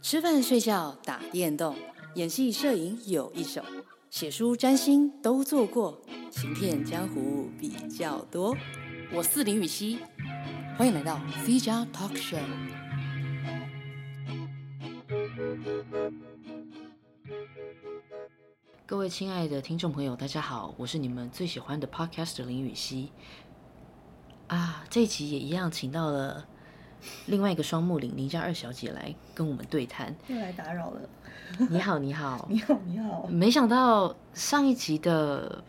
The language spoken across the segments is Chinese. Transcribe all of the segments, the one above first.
吃饭、睡觉、打电动、演戏、摄影有一手，写书、占星都做过，行骗江湖比较多。我是林雨熙，欢迎来到 C 加 Talk Show。各位亲爱的听众朋友，大家好，我是你们最喜欢的 Podcast 林雨熙。啊，这一集也一样，请到了另外一个双木林林家二小姐来跟我们对谈。又来打扰了。 你好，你好。你好，你好。没想到上一集的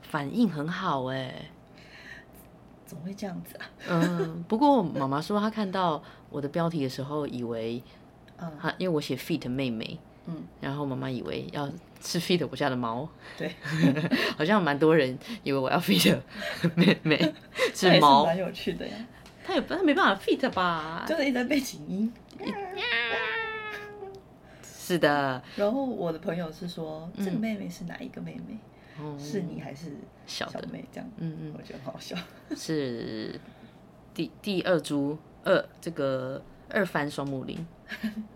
反应很好哎、怎么会这样子啊？ 嗯，不过妈妈说她看到我的标题的时候，以为嗯她因为我写 fit 妹妹，嗯，然后妈妈以为要是 fit 我家的猫，对，好像蛮多人以为我要 fit 妹 妹那是也猫，啊蛮有趣的呀，她也不她没办法 fit 吧？就是一直在背景音。是的，然后我的朋友是说，这个嗯妹妹是哪一个妹妹？哦是你还是小小的，妹？这样，嗯我觉得很好笑。嗯，是第第二株二这个二番双木林，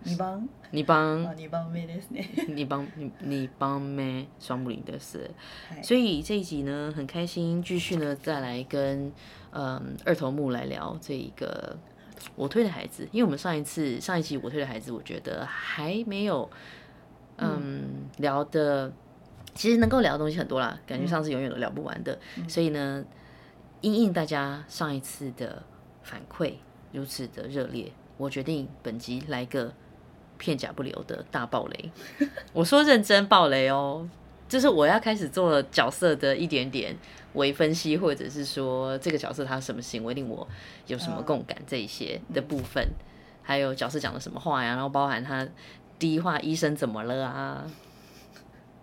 你帮你帮啊，你帮妹で すね。你帮你你帮妹双木林的事，嗨所以这一集呢很开心，继续呢再来跟嗯二头目来聊这一个我推的孩子，因为我们上一次上一集我推的孩子，我觉得还没有嗯聊的，其实能够聊的东西很多啦，感觉上次永远都聊不完的，所以呢，因应大家上一次的反馈如此的热烈，我决定本集来个片甲不留的大爆雷。我说认真爆雷哦，就是我要开始做角色的一点点微分析，或者是说这个角色他什么行为令我有什么共感这一些的部分，还有角色讲了什么话呀，然后包含他第一话医生怎么了啊。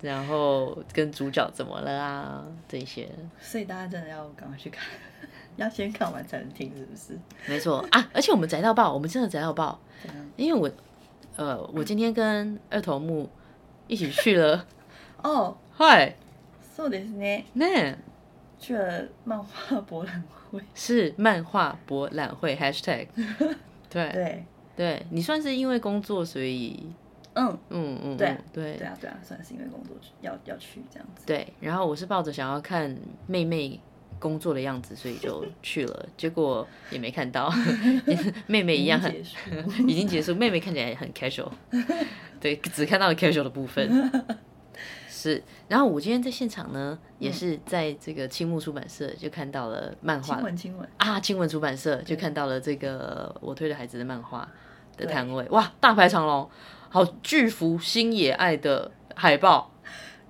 然后跟主角怎么了啊？这些，所以大家真的要赶快去看， 要先看完才能听，是不是？没错啊，而且我们宅到爆，我们真的宅到爆，怎样？因为我，呃，我今天跟二头目一起去了， 哦，嗨，そうですね。那去了漫画博览会，是漫画博览会 #hashtag，对对，对，你算是因为工作，所以，嗯，嗯嗯，对嗯对对啊，对啊，算是因为工作去要要去这样子。对，然后我是抱着想要看妹妹。工作的样子，所以就去了，结果也没看到，妹妹一样很已经结 束已经结束。妹妹看起来很 casual，对，只看到了 casual 的部 分。是，然后我今天在现场呢，嗯也是在这个青木出版社就看到了漫画亲吻亲吻，啊，青文出版社就看到了这个我推的孩子的漫画的摊位，哇，大排长龙，好巨幅星野爱的海报，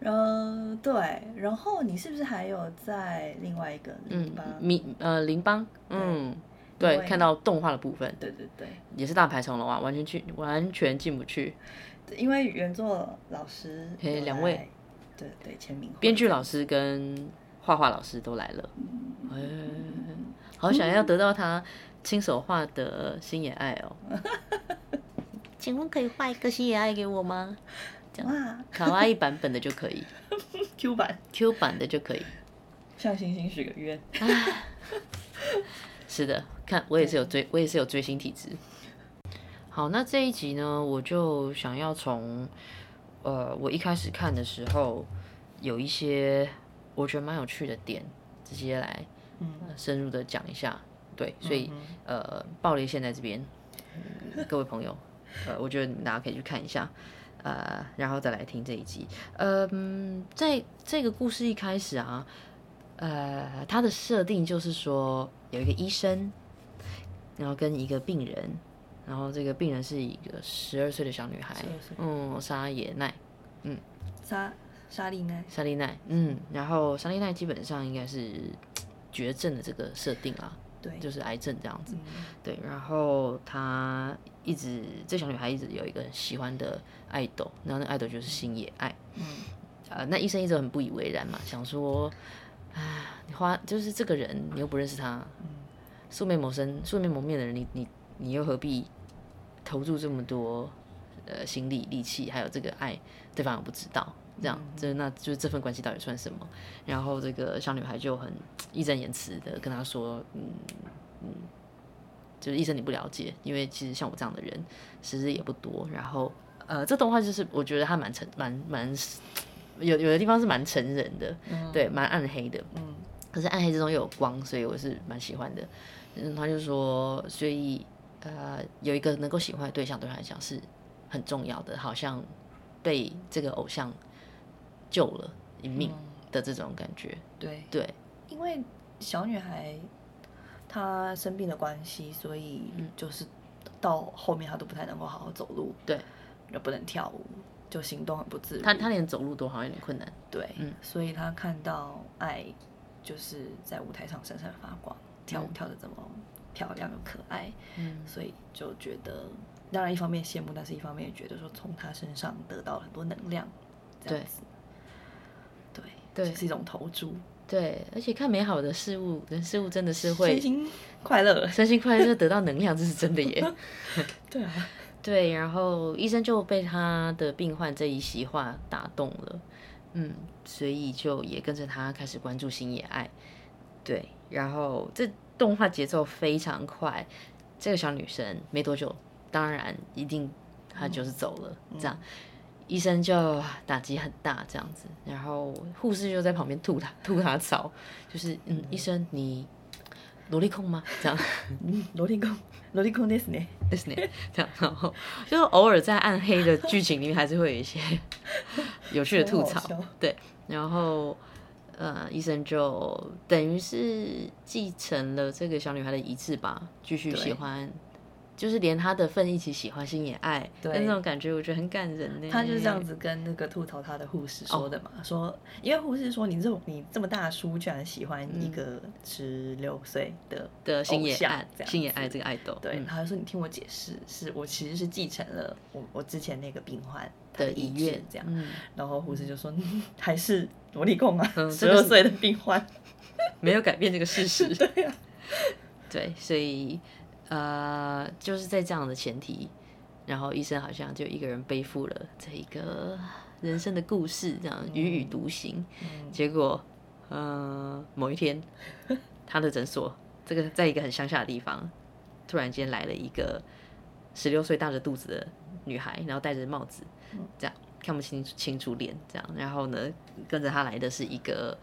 嗯、对，然后你是不是还有在另外一个嗯零八？，米呃林邦，嗯，对，因为看到动画的部分对对对也是大排长龙啊，完全去完全进不去，对，因为原作老师嘿有两位来，对对签名会，编剧老师跟画画老师都来了，哎，嗯好想要得到他亲手画的星野爱哦。 请问可以画一个星野爱给我吗？哇卡哇伊版本的就可以 Q 版，Q 版的就可以。向星星许个愿，哎 是的，看我也是有追，我也是有追星体质。好，那这一集呢，我就想要从呃，我一开始看的时候有一些我觉得蛮有趣的点，直接来嗯，呃深入的讲一下。对，所以、呃，暴雷现在这边，嗯各位朋友，呃，我觉得你们大家可以去看一下，呃，然后再来听这一集。呃嗯，在这个故事一开始啊，呃，它的设定就是说有一个医生，然后跟一个病人，然后这个病人是一个十二岁的小女孩12岁，嗯，沙野奈。沙沙莉奈，莎莉奈，嗯，然后莎莉奈基本上应该是绝症的这个设定啦，对，就是癌症这样子，嗯对。然后她一直这小女孩一直有一个很喜欢的爱豆，然后那个爱豆就是星野爱，嗯，呃，那医生一直很不以为然嘛，想说，啊，你花就是这个人，你又不认识他，素昧谋生、素昧谋面的人，你你你又何必投注这么多呃心力、力气，还有这个爱，对方也不知道，这样，这那就是这份关系到底算什么？然后这个小女孩就很义正言辞的跟他说，嗯嗯，就是医生你不了解，因为其实像我这样的人其实也不多。然后呃，这动画就是我觉得它蛮成蛮蛮有有的地方是蛮成人的，对，蛮暗黑的。嗯，可是暗黑之中又有光，所以我是蛮喜欢的。嗯，他就说，所以呃，有一个能够喜欢的对象对他来讲是很重要的，好像被这个偶像救了一命嗯的这种感觉。对，对，因为小女孩她生病的关系，所以嗯就是到后面她都不太能够好好走路，对，也不能跳舞，就行动很不自如。他他连走路都好像有点困难。对，嗯所以她看到爱就是在舞台上闪闪发光，跳舞嗯跳的这么漂亮又可爱，嗯所以就觉得，当然一方面羡慕，但是一方面也觉得说从她身上得到了很多能量，这样对子。对，对这是一种投注，对，而且看美好的事物，人事物真的是会身心快乐。身心快乐，得到能量，这是真的耶。对啊，对，然后医生就被他的病患这一席话打动了，嗯，所以就也跟着他开始关注星野爱。对，然后这动画节奏非常快，这个小女生没多久，当然一定她就是走了，这样。医生就打击很大，这样子，然后护士就在旁边吐他吐他槽，就是嗯，医生你萝莉控吗？这样，萝莉控，萝莉控ですね。ですね，这样，然后就是偶尔在暗黑的剧情里面，还是会有一 些有趣的吐槽很好笑，对，然后呃，医生就等于是继承了这个小女孩的遗志吧，继续对喜欢。就是连她的份一起喜欢星野爱，对但那种感觉我觉得很感人呢。他就是这样，子跟那个吐槽他的护士哦说的嘛，说因为护士说你这种你这么大叔居然喜欢一个十六岁的嗯的星野偶像爱这，样星野子爱这个爱豆，对，嗯他就说你听我解释，是我其实是继承了我我之前那个病患他的遗遗愿愿这样，嗯，然后护士就说嗯 还是萝莉控啊，嗯十这个二是嗯岁的病患，没有改变这个事实。 对啊，对，所以呃，就是在这样的前提，然后医生好像就一个人背负了这一个人生的故事，这样踽踽独行。嗯结果，呃，某一天， 他的诊所，这个在一个很乡下的地方，突然间来了一个十六岁大着肚子的女孩，然后戴着帽子，这样看不清清楚脸，这样，然后呢，跟着她来的是一个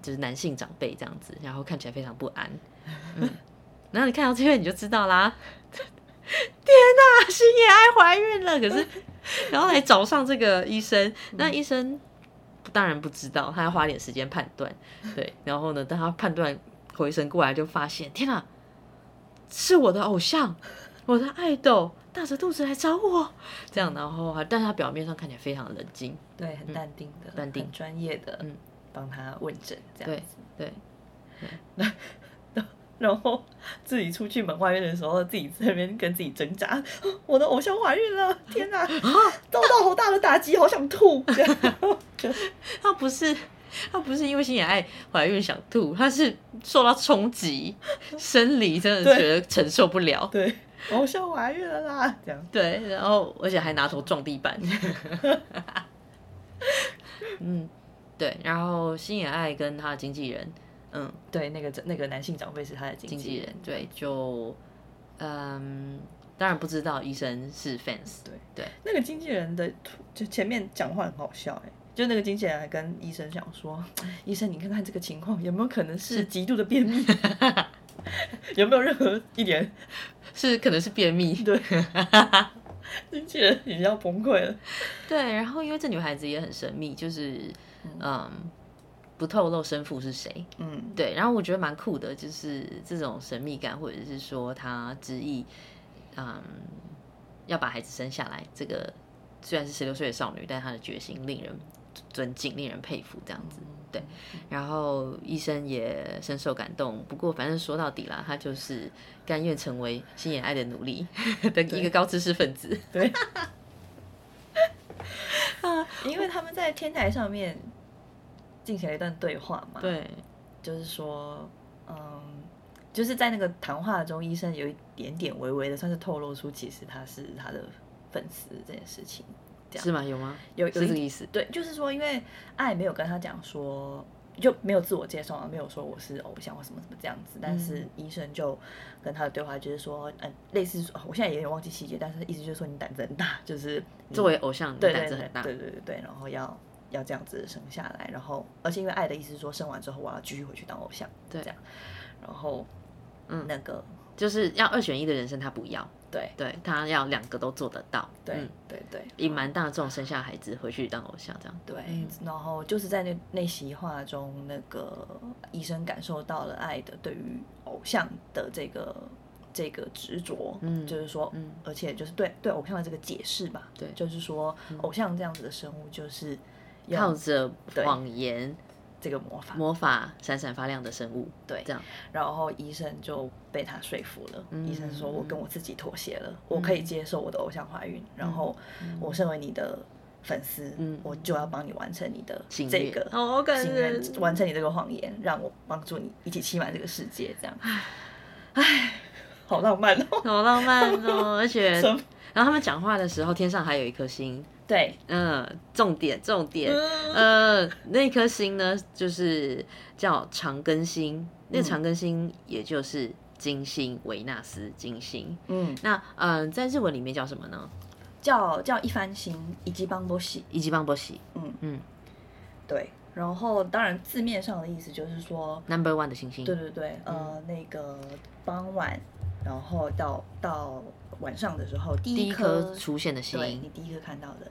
就是男性长辈这样子，然后看起来非常不安。嗯然后你看到这边你就知道啦。 天哪，星野爱怀孕了，可是然后来找上这个医生，那医生当然不知道，他要花点时间判断，对，然后呢，当他判断回神过来，就发现天哪，是我的偶像，我的爱豆，大着肚子来找我，这样，然后但他表面上看起来非常冷静，对，很淡定的，淡定很专业的，嗯帮他问诊这样对子，对，然后自己出去门外面的时候，自己在那边跟自己挣扎，我的偶像怀孕了，天哪，啊遭到好大的打击，好想吐。 这样就他不是。他不是因为心眼爱怀孕想吐，他是受到冲击，生理真的对觉得承受不了，对，偶像怀孕了啦，这样对，然后而且还拿头撞地板。 嗯，对，然后星野爱跟他的经纪人，嗯，对，那个那个男性长辈是他的经经纪纪人人，对，就嗯，当然不知道医生是 fans，对对，那个经纪人的吐就前面讲话很好笑哎、就那个经纪人还跟医生讲说，医生你看看这个情况有没有可能是极度的便秘， 有没有任何一点是可能是便秘，对，经纪人已经要崩溃了， 对，然后因为这女孩子也很神秘，就是嗯，不透露生父是谁，嗯，对，然后我觉得蛮酷的，就是这种神秘感，或者是说他执意，嗯，要把孩子生下来。这个虽然是十六岁的少女，但她的决心令人尊敬，令人佩服，这样子。对，嗯然后医生也深受感动。不过，反正说到底啦，他就是甘愿成为星野爱的奴隶 的一个高知识分子。 对。啊因为他们在天台上面进行了一段对话 嘛，，对，就是说，嗯，就是在那个谈话中，医生有一点点微微的算是透露出，其实他是他的粉丝这件事情。是吗？有吗？有有是这一个意思。对，就是说，因为爱没有跟他讲说，就没有自我介绍啊，没有说我是偶像或什么什么这样子。但是医生就跟他的对话就是说，嗯，类似说，哦我现在也有点忘记细节，但是意思就是说你胆子很大，就是你作为偶像，你对胆对子对很大，对对对对，然后要要这样子生下来，然后而且因为爱的意思是说生完之后我要继续回去当偶像，对这样，然后嗯那个就是要二选一的人生他不要，对对他要两个都做得到，对、嗯对对隐瞒大众生下孩子回去当偶像这样，对嗯，然后就是在那那席话中，那个医生感受到了爱的对于偶像的这个这个执着，嗯就是说，嗯而且就是对对偶像的这个解释吧，对嗯就是说、偶像这样子的生物就是靠要着对谎言这个魔法，魔法闪闪发亮的生物，对这样，然后医生就被他说服了，嗯医生说我跟我自己妥协了，我可以接受我的偶像怀孕，然后我身为你的粉丝，嗯我就要帮你完成你的心这愿个哦好感心愿人完成你这个谎言，让我帮助你一起期满这个世界，这样，唉，好浪漫 哦，好浪漫哦，而且 什么然后他们讲话的时候，天上还有一颗星，对，嗯，重点重点，嗯呃，那颗星呢，就是叫长庚星，嗯那长庚星也就是金星、维纳斯金星。嗯，那嗯、呃在日文里面叫什么呢？叫叫一番心以及帮波喜，伊基邦波喜嗯嗯对，然后当然字面上的意思就是说， ，Number One 的星星。对对对，嗯呃，那个傍晚，然后到到晚上的时候，第第一一颗颗出现的星对你第一颗看到的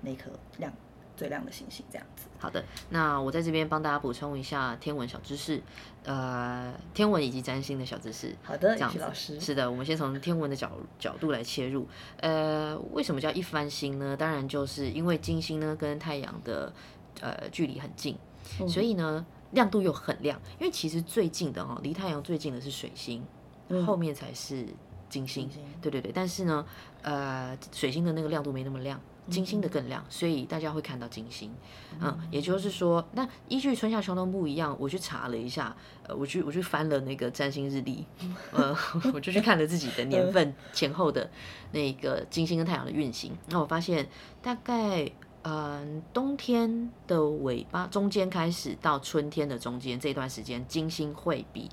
那颗亮最亮的星星，这样子。好的，那我在这边帮大家补充一下天文小知识，呃，天文以及占星的小知识。好的，这样雨子徐老师，是的，我们先从天文的角角度来切入。呃，为什么叫一番星呢？当然就是因为金星呢跟太阳的呃距离很近，嗯所以呢亮度又很亮。因为其实最近的哈、哦，离太阳最近的是水星，嗯后面才是金星。星星对对对，但是呢，呃，水星的那个亮度没那么亮，嗯金星的更亮，所以大家会看到金星。嗯，也就是说，那依据春夏秋冬不一样，我去查了一下，呃，我去我去翻了那个占星日历，呃， 我就去看了自己的年份前后的那个金星跟太阳的运行，那我发现大概。嗯，冬天的尾巴中间开始到春天的中间这段时间，金星会比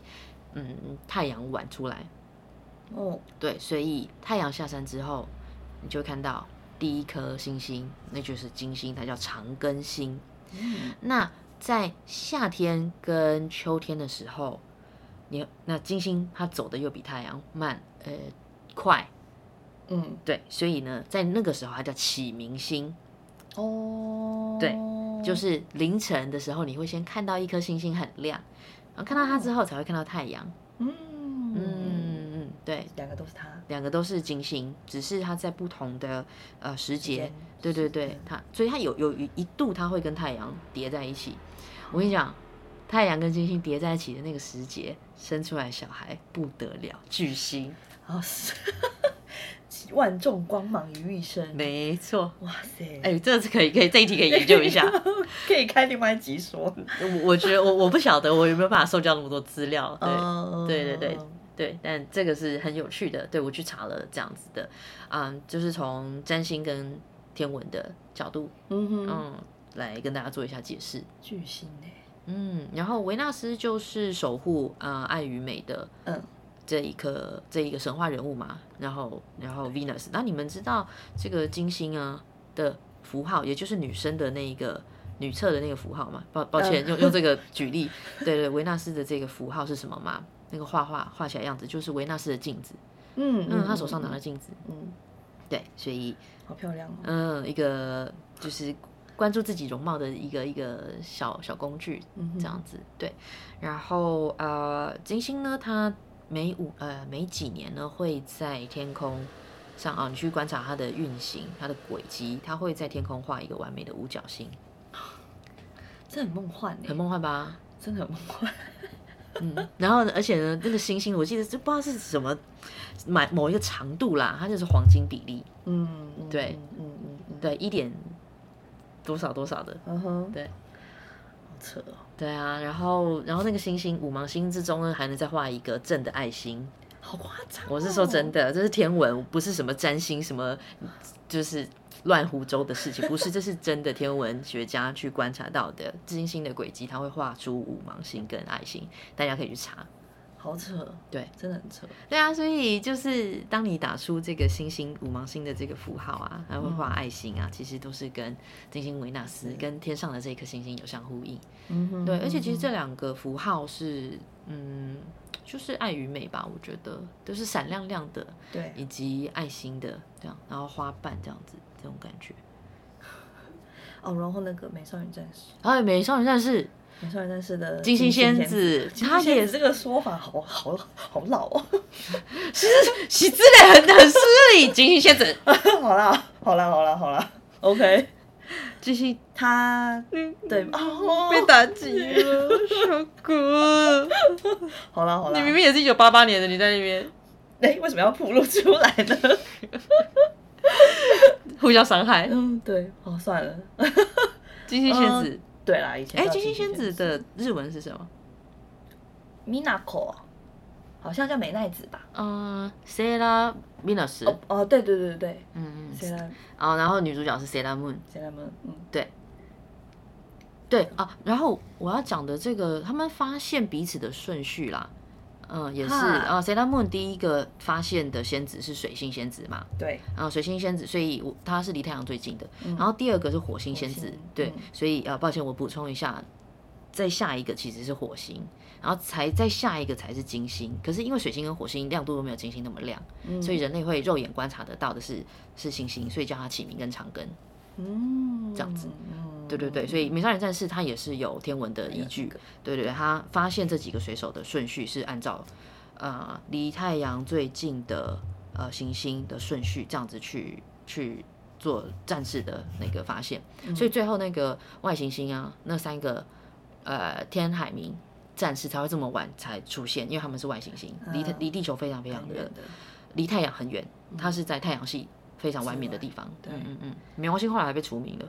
嗯太阳晚出来，哦，对，所以太阳下山之后，你就会看到第一颗星星，那就是金星，它叫长庚星。嗯那在夏天跟秋天的时候，你那金星它走的又比太阳慢，呃，快，嗯，对，所以呢，在那个时候它叫启明星，哦，对，就是凌晨的时候，你会先看到一颗星星很亮，然后看到它之后才会看到太阳。哦嗯嗯，嗯嗯，对，两个都是他，两个都是金星，只是它在不同的呃时节间，对对时对间，它所以它有有一一度它会跟太阳叠在一起。我跟你讲，太阳跟金星叠在一起的那个时节，生出来小孩不得了，巨星，好，是集万众光芒于一身，没错。哇塞，哎、这次可以可以这一题可以研究一下。 可以开另外一集说，我我觉得我我不晓得我有没有办法收集到那么多资料，对、嗯对对对对，但这个是很有趣的。对我去查了这样子的，嗯，就是从占星跟天文的角度嗯哼，嗯，来跟大家做一下解释。巨星哎，嗯，然后维纳斯就是守护呃爱与美的嗯。这一颗这一个神话人物嘛，然后然后 Venus，那你们知道这个金星啊的符号，也就是女生的那一个女厕的那个符号嘛？抱抱歉，用用这个举例，对对，维纳斯的这个符号是什么嘛？那个画画画起来样子就是维纳斯的镜子，嗯嗯，她手上拿的，镜子，嗯，对，所以好漂亮哦，嗯，一个就是关注自己容貌的一个一个小小工具，嗯哼这样子对。然后呃，金星呢，它每五呃每几年呢会在天空上啊，你去观察它的运行、它的轨迹，它会在天空画一个完美的五角星，这很梦幻哎很，梦幻吧？真的很梦幻，嗯，然后呢，而且呢，那个星星我记得就不知道是什么买某一个长度啦，它就是黄金比例， 嗯，嗯对，嗯嗯嗯，对，一点多少多少的，嗯哼，对。好扯哦，对啊，然后然后那个星星五芒星之中呢，还能再画一个正的爱心。好夸张哦，我是说真的，这是天文，不是什么占星什么，就是乱胡诌的事情，不是，这是真的天文学家去观察到的金星的轨迹，它会画出五芒星跟爱心，大家可以去查。好扯，对，真的很扯。对啊，所以就是当你打出这个星星五芒星的这个符号啊，还会画爱心啊，其实都是跟金星维纳斯跟天上的这一颗星星有相呼应。嗯哼对，而且其实这两个符号是，嗯，就是爱与美吧，我觉得都是闪亮亮的，对，以及爱心的这样，然后花瓣这样子这种感觉。哦，然后那个美少女战士，然后哎美少女战士、美少女战士的金星仙子，子，他她也也这个说法好好好老 哦。喜之类很很失礼。金星仙子，好啦，好啦，好啦，好啦，OK。 金星他对嗯哦，被打击了，小哥，好啦，好啦你。明明也是一九八八年的，你在那边 哎、为什么要铺露出来呢？互相伤害。嗯，对，哦，算了，金星仙子，对啦，以前哎、叫金星仙子的日文是什么？ Minako，好像叫美奈子吧？嗯、s e r a Venus。哦哦，对对对对对，嗯，虽然哦，然后女主角是 Sailor Moon，虽然们嗯，对啊，然后我要讲的这个，他们发现彼此的顺序啦，嗯，也是哈啊，Sailor Moon 第一个发现的仙子是水星仙子嘛，对，啊，水星仙子，所以我她是离太阳最近的，嗯然后第二个是火星仙火子星，对嗯，所以呃，抱歉，我补充一下，在下一个其实是火星，然后才在下一个才是金星，可是因为水星跟火星亮度都没有金星那么亮，嗯所以人类会肉眼观察得到的是是星星，所以叫它起名跟长庚。嗯，这样子嗯，对对对，所以《美少女战士》它也是有天文的依据。对对对，他发现这几个水手的顺序是按照呃离太阳最近的呃行星的顺序这样子去去做战士的那个发现，嗯所以最后那个外行星啊，那三个呃天海明战士才会这么晚才出现，因为他们是外行星，离嗯离地球非常非常很远远，的，离太阳很远，它是在太阳系非常外面的地方。嗯对嗯嗯嗯，冥王星后来还被除名 了。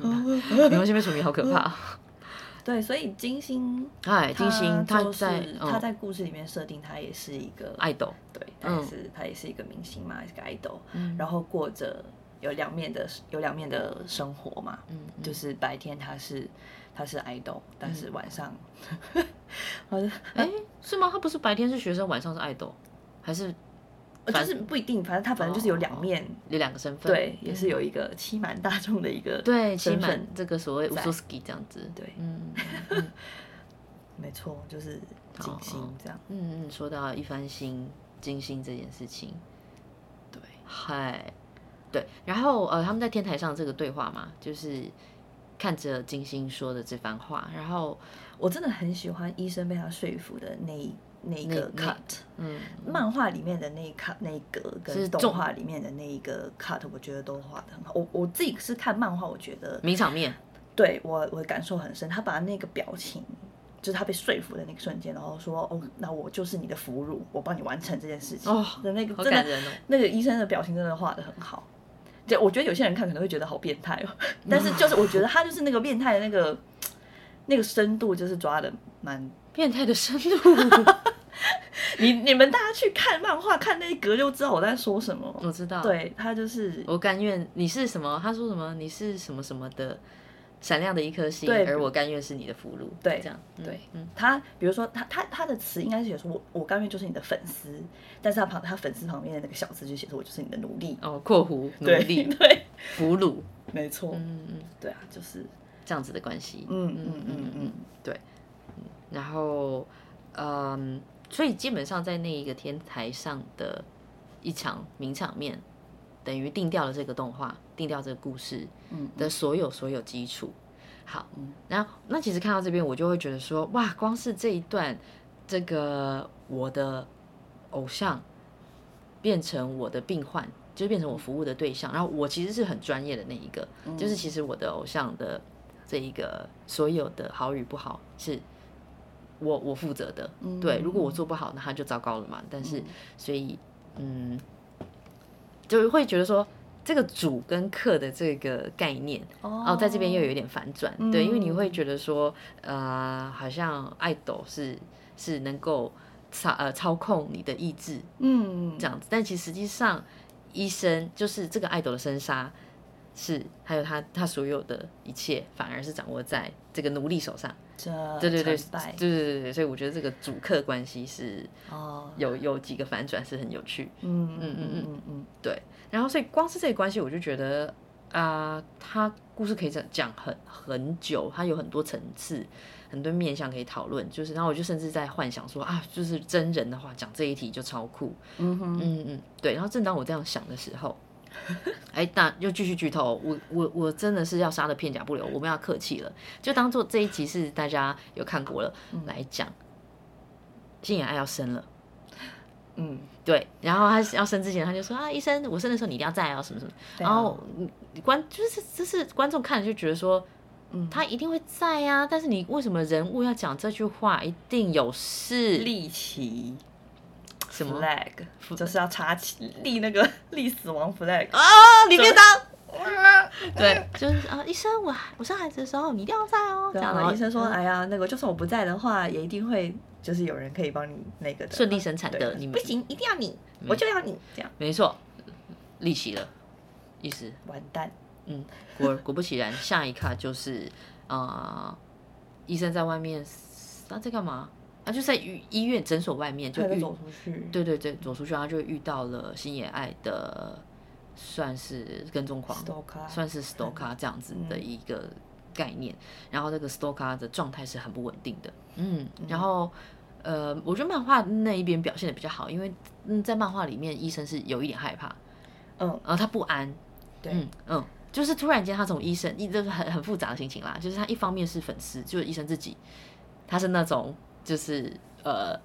冥王星被除名好可 怕！对，所以金星，哎，金星他它就是在他嗯在故事里面设定，他也是一个爱豆，嗯对，他也是、他也是一个明星嘛，也是个 idol，、然后过着有两面的有两面的生活嘛，就是白天他是他是 idol，但是晚上，好的，哎是吗？他不是白天是学生，晚上是爱豆，还是呃就是不一定，反正他反正就是有两面，有两个身份？对，嗯也是有一个欺瞒大众的一个对，起身码份，这个所谓乌在苏斯基这样子。对嗯没错，就是金好星这样，嗯嗯，说到一番星金星这件事情，对，嗨，对，然后呃，他们在天台上这个对话嘛，就是看着金星说的这番话，然后我真的很喜欢医生被他说服的那一那一个那 cut。嗯，漫画里面的那一卡那一格是跟重动画里面的那一个 cut，我觉得都画的很好。我我自己是看漫画，我觉得名场 面，对我我的感受很深。他把那个表情，就是他被说服的那个瞬间，然后说：“哦，那我就是你的俘虏，我帮你完成这件事情。”哦的那好个真感的 人哦。那个医生的表情真的画的很好。就我觉得有些人看可能会觉得好变态哦， 但是就是我觉得他就是那个变态的那个那个深度，就是抓的蛮变态的深度，你你们大家去看漫画，看那一格就知道我在说什么。 我知道。，嗯对他就是我甘愿你是什么？他说什么？你是什么什么的闪亮的一颗星，对而我甘愿是你的俘虏。对这样，嗯对，嗯，他，比如说他他他的词应该是写说我我甘愿就是你的粉丝，但是他旁他粉丝旁边的那个小字就写说我就是你的奴隶，哦，括弧努对 力对，俘 虏，没错，嗯嗯，对啊，就是这样子的关系，嗯嗯嗯嗯，然后，嗯，所以基本上在那一个天台上的一场名场面，等于定掉了这个动画，定掉这个故事，嗯的所有所有基础。好嗯，然后那其实看到这边，我就会觉得说，哇，光是这一段，这个我的偶像变成我的病患，就是变成我服务的对象，然后我其实是很专业的那一个，就是其实我的偶像的这一个所有的好与不好是。我我负责的，嗯对，如果我做不好，那他就糟糕了嘛。但是，所以，嗯，就会觉得说，这个主跟客的这个概念，哦，在这边又有一点反转，对，因为你嗯会觉得说，呃，好像爱豆是是能够操呃操控你的意志嗯这样子，但其实实际上医生就是这个爱豆的生杀是，还有他他所有的一切，反而是掌握在这个奴隶手上。这对对对，成败对对对对，所以我觉得这个主客关系是哦，有有几个反转是很有趣。嗯嗯嗯嗯嗯嗯嗯，然后所以光是这个关系，我就觉得啊、他故事可以讲讲很很久，他有很多层次，很多面向可以讨论。就是，然后我就甚至在幻想说啊，就是真人的话讲这一题就超酷。嗯哼，嗯嗯，对。然后正当我这样想的时候， 哎，那又继续剧透哦，我我我真的是要杀的片甲不留，我们要客气了，就当做这一集是大家有看过了来讲。信仰爱要生了。嗯，对，然后他要生之前，他就说啊，医生，我生的时候你一定要在哦，什么什么。对啊然后嗯观就是就是观众看了就觉得说，嗯他一定会在呀、但是你为什么人物要讲这句话，一定有事？ 立旗什么啊？ flag 就是要插旗立那个立死亡 flag，李便当。啊对，就是啊，医生，我我生孩子的时候你一定要在哦。这对样，啊然后医生说，嗯哎呀，那个就算我不在的话，也一定会就是有人可以帮你那个的，顺利生产对的，你不们嗯行，一定要你，我就要你这样，没错，逆袭了，意思。完蛋，嗯，果果不其然，下一卡就是啊、呃医生在外面，他在干嘛？啊，就在医医院诊所外面就还遇得，走出去，对对对，走出去，他就遇到了星野爱的，算是跟踪狂， ，stalker，算是 stalker 这样子的一个概念。然后这个 stalker 的状态是很不稳定的，嗯，然后。呃，我觉得漫画那一边表现的比较好，因为嗯，在漫画里面，医生是有一点害怕，嗯，呃，他不安，对嗯嗯，就是突然间他从医生，一就是很很复杂的心情啦，就是他一方面是粉丝，就是医生自己，他是那种就是呃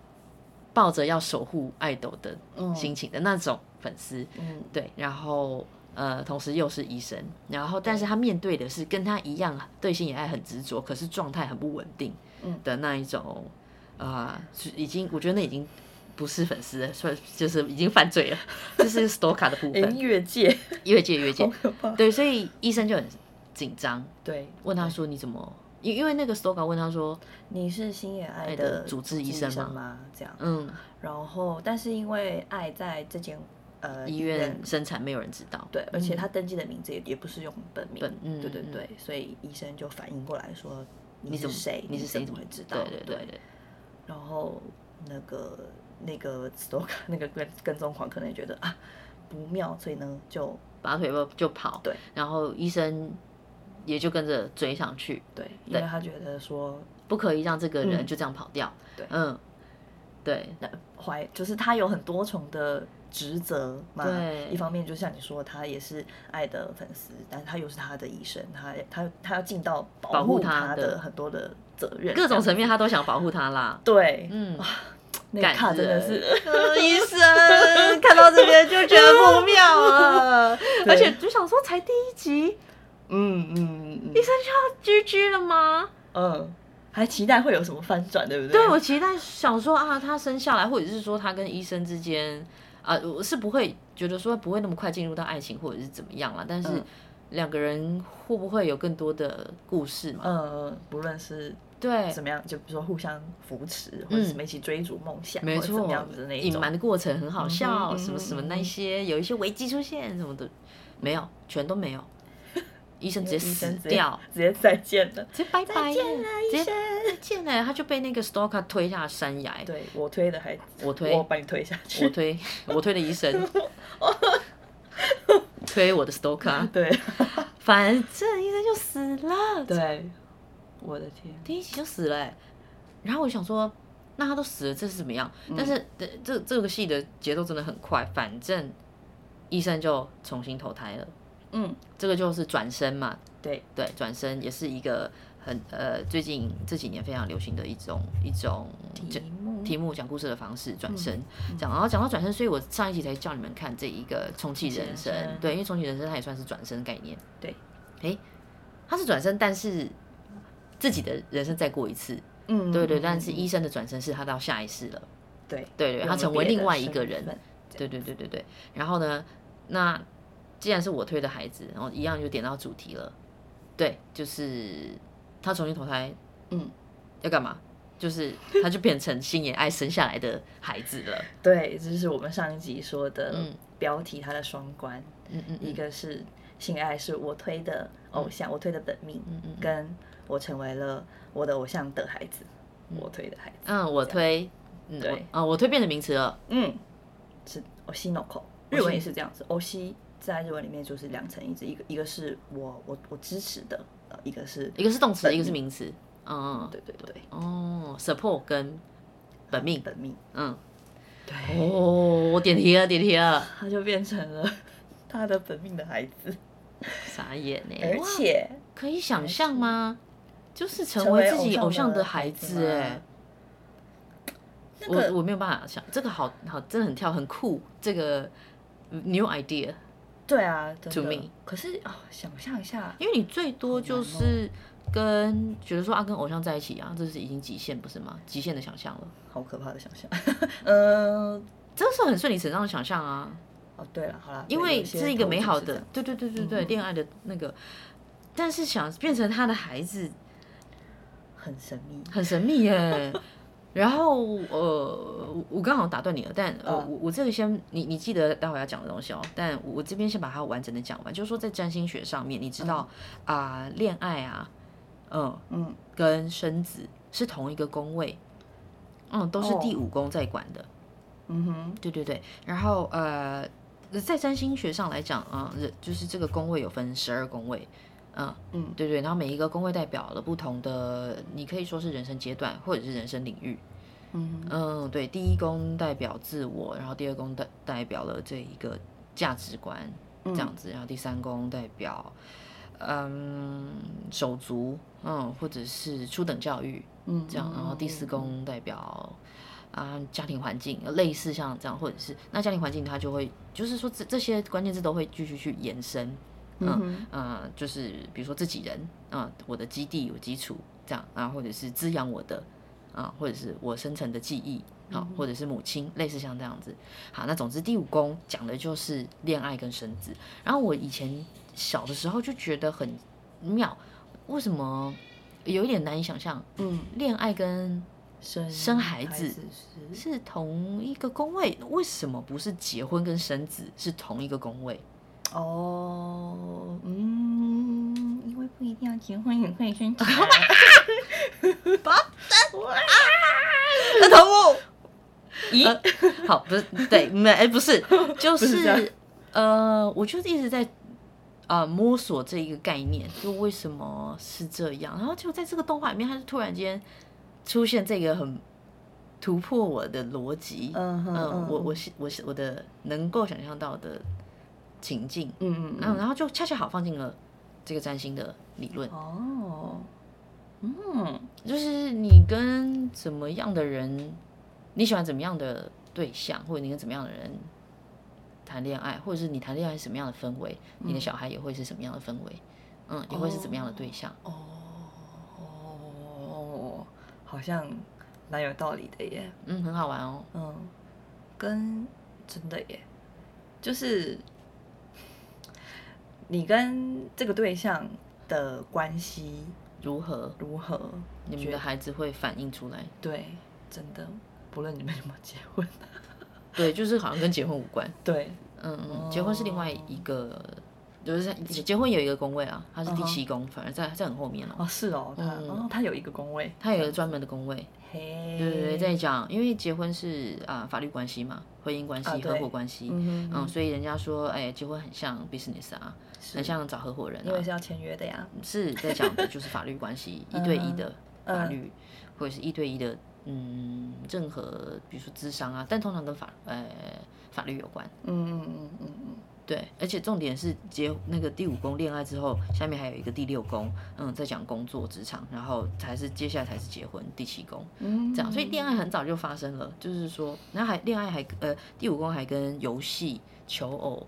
抱着要守护爱豆的嗯心情的那种粉丝，嗯，对，然后呃同时又是医生，然后但是他面对的是跟他一样对性也爱很执着，可是状态很不稳定嗯的那一种，啊、是已经我觉得那已经。不是粉丝了，算就是已经犯罪了，这 是 stalker 的部哎，分，越界， 越界越界好。可怕，对，所以医生就很紧张，对，问他说：“你怎么？”因因为那个 Stoker 问他说你是星野爱爱的的主治医医生吗吗？这样：“，嗯，然后但是因为爱在这间呃医院生产没有人知道。”对，而且他登记的名字也也不是用本嗯名，本嗯对对嗯对，所以医生就反应过来说你是怎么谁？你是谁？怎么会知道？对对对对，然后那个那个 stalker 那个跟跟踪狂可能也觉得啊不妙，所以呢就拔腿就就跑。对，然后医生也就跟着追上去，对，因为他觉得说不可以让这个人嗯就这样跑掉。对嗯，对，那怀就是他有很多重的职责嘛。对一方面就像你说，他也是爱的粉丝，但是他又是他的医生，他他他要尽到保保护护他他的的很多的责任，各这种样子层面他都想保护他 啦。对，嗯，那个感卡真的人是。呃医生看到这边就觉得不妙 了，而且就想说才第一集，嗯嗯嗯医生就要 GG 了吗？嗯，还期待会有什么翻转，对不嗯对？对，我期待想说啊，他生下来，或者是说他跟医生之间，啊，我是不会觉得说不会那么快进入到爱情，或者是怎么样啦。但是嗯两个人会不会有更多的故事嘛？嗯，不论是对怎，么样，就比如说互相扶持，或者什么一起追逐梦想，嗯没或者怎错么样子的，那一隐种瞒。的过程很好笑，嗯哼什么什么嗯哼那些有一些危机出现什么的，没有，全都没有。医生直接 医死生直接掉，直接再见了。直接拜拜再耶，见了，直医接生。再见了，他就被那个 stalker 推下山崖。对我推的还，我推我把你推下我去。推 我推的医 生，推我的 stalker， 对反正医生就死了，对，我的天，啊第一集就死了、欸。然后我想说，那他都死了，这是怎么样？但是这这这个戏的节奏真的很快，反正医生就重新投胎了，嗯，这个就是转身嘛，对，对，转身也是一个很呃最近这几年非常流行的一种一种题目题目讲故事的方式，嗯转身讲，然后讲到转身，所以我上一集才叫你们看这一个重启人生重启人，生对，因为重启人生它也算是转身概念，对，诶，它是转身，但是自己的人生再过一次，嗯，对对，嗯但是嗯医生的转身是他到下一世了，对对对，有他成为别的另外一身个人，份对对对对对，然后呢，那既然是我推的孩子，然后一样就点到主题了，对，就是他重新投胎嗯，要干嘛？就是他就变成心眼爱生下来的孩子了。对，这就是我们上一集说的嗯标题，它的双关，嗯嗯一嗯个是性爱是我推的偶像，我推的本命，嗯嗯跟我成为了我的偶像的孩子，我推的孩子，嗯，我推，嗯对我啊、我推变成名词了。嗯，是哦 o s h i n o k 哦 o 西日文也是这样子 o s h i 在日文里面就是两层意思，一个一个是我我我支持的，呃一个是一个是动词，本一命个是名词。嗯，对对对哦，support 跟本命，本命，嗯，对，哦，我点题了，点题了， 他就变成了 他的本命的孩子，傻眼呢、而哎哇且可以想象吗？就是成成为为自己偶偶像像的的孩孩子子、吗哎、那我个我没有办法想，这个好好，真的很跳，很酷，这个呃 new idea。对啊真 to 的 me 可是哦，想象一下，因为你最多就是跟觉得说啊，跟偶像在一起啊，这是已经极限不是吗？极限的想象了，好可怕的想 象，嗯、这是很顺理成章的想象啊，哦对了，好了，因对为有些这是一个投美资好是这的样，对对对对对，嗯恋爱的那个。但是想变成他的孩子很神秘，很神秘耶。然后呃，我我刚好打断你了，但呃，嗯我我这个先，你你记得待会要讲的东西哦。但我我这边先把它完整的讲完，就是说在占星学上面，你知道啊、恋爱啊，嗯，嗯，跟生子是同一个宫位，嗯，都是哦第五宫在管的。嗯哼，对对对，然后呃，在占星学上来讲啊、呃就是这个宫位有分十二宫位，嗯、嗯对对，然后每一个宫位代表了不同的，你可以说是人生阶段或者是人生领域，嗯哼，嗯，对，第一宫代表自我，然后第二宫代代表了这一个价值观这样子，然后第三宫代表嗯手足，嗯，或者是初等教育，嗯，这样，然后第四宫代表啊、家庭环境，类似像这样，或者是那家庭环境它就会，就是说这这些关键字都会继续去延伸，嗯哼，呃，就是比如说自己人啊、我的基地有基础这样啊，或者是滋养我的啊、或者是我生成的记忆啊、或者是母亲，类似像这样子。好，那总之第五宫讲的就是恋爱跟生子。然后我以前小的时候就觉得很妙，为什么有一点难以想象，嗯，恋爱跟生生孩孩子是是同一个宫位，为什么不是结婚跟生子是同一个宫位？哦，嗯，因为不一定要结婚也可以生小孩。 儿童物？咦、呃好，不是对，没、哎不 是，就不是这样是呃，我就是一直在呃摸索这一个概念，就为什么是这样，然后就在这个动画里面，它就突然间出现这个很突破我的逻辑，嗯、嗯哼嗯，我我是我是我的能够想象到的情境，嗯嗯嗯，然后就恰恰好放进了这个占星的理论，哦，嗯就是你跟怎么样的人，你喜欢怎么样的对象，或者你跟怎么样的人谈恋爱，或者是你谈恋爱是什么样的氛围，你的小孩也会是什么样的氛围，嗯，也会是怎么样的对象。哦，好像蛮有道理的耶。嗯，很好玩哦。嗯，跟真的耶，就是你跟这个对象的关系如何如何？你们觉的得孩子会反映出来？对，真的，不论你们有没有结婚，对，就是好像跟结婚无关。对，嗯嗯，结婚是另外一个，就是结婚有一个宫位啊，它是第七宫，反而在在很后面哦。哦，是哦，他，嗯哦，他有一个工位，它有一个专门的宫位，嘿，对对对，嗯在讲，因为结婚是啊、法律关系嘛，婚姻关系、啊对合伙关系，嗯哼嗯，所以人家说，哎，结婚很像 business 啊，是很像找合伙人因为啊，是要签约的呀，是在讲的就是法律关 系，一嗯对一的法律，或者是一对一的，嗯，任何比如说智商啊，但通常跟法呃法律有关，嗯嗯嗯嗯嗯，对，而且重点是结那个第五宫恋爱之后，下面还有一个第六宫，嗯，在讲工作职场，然后才是接下来才是结婚第七宫，嗯这样，所以恋爱很早就发生了，就是说，然后还恋爱还呃第五宫还跟游戏、求偶、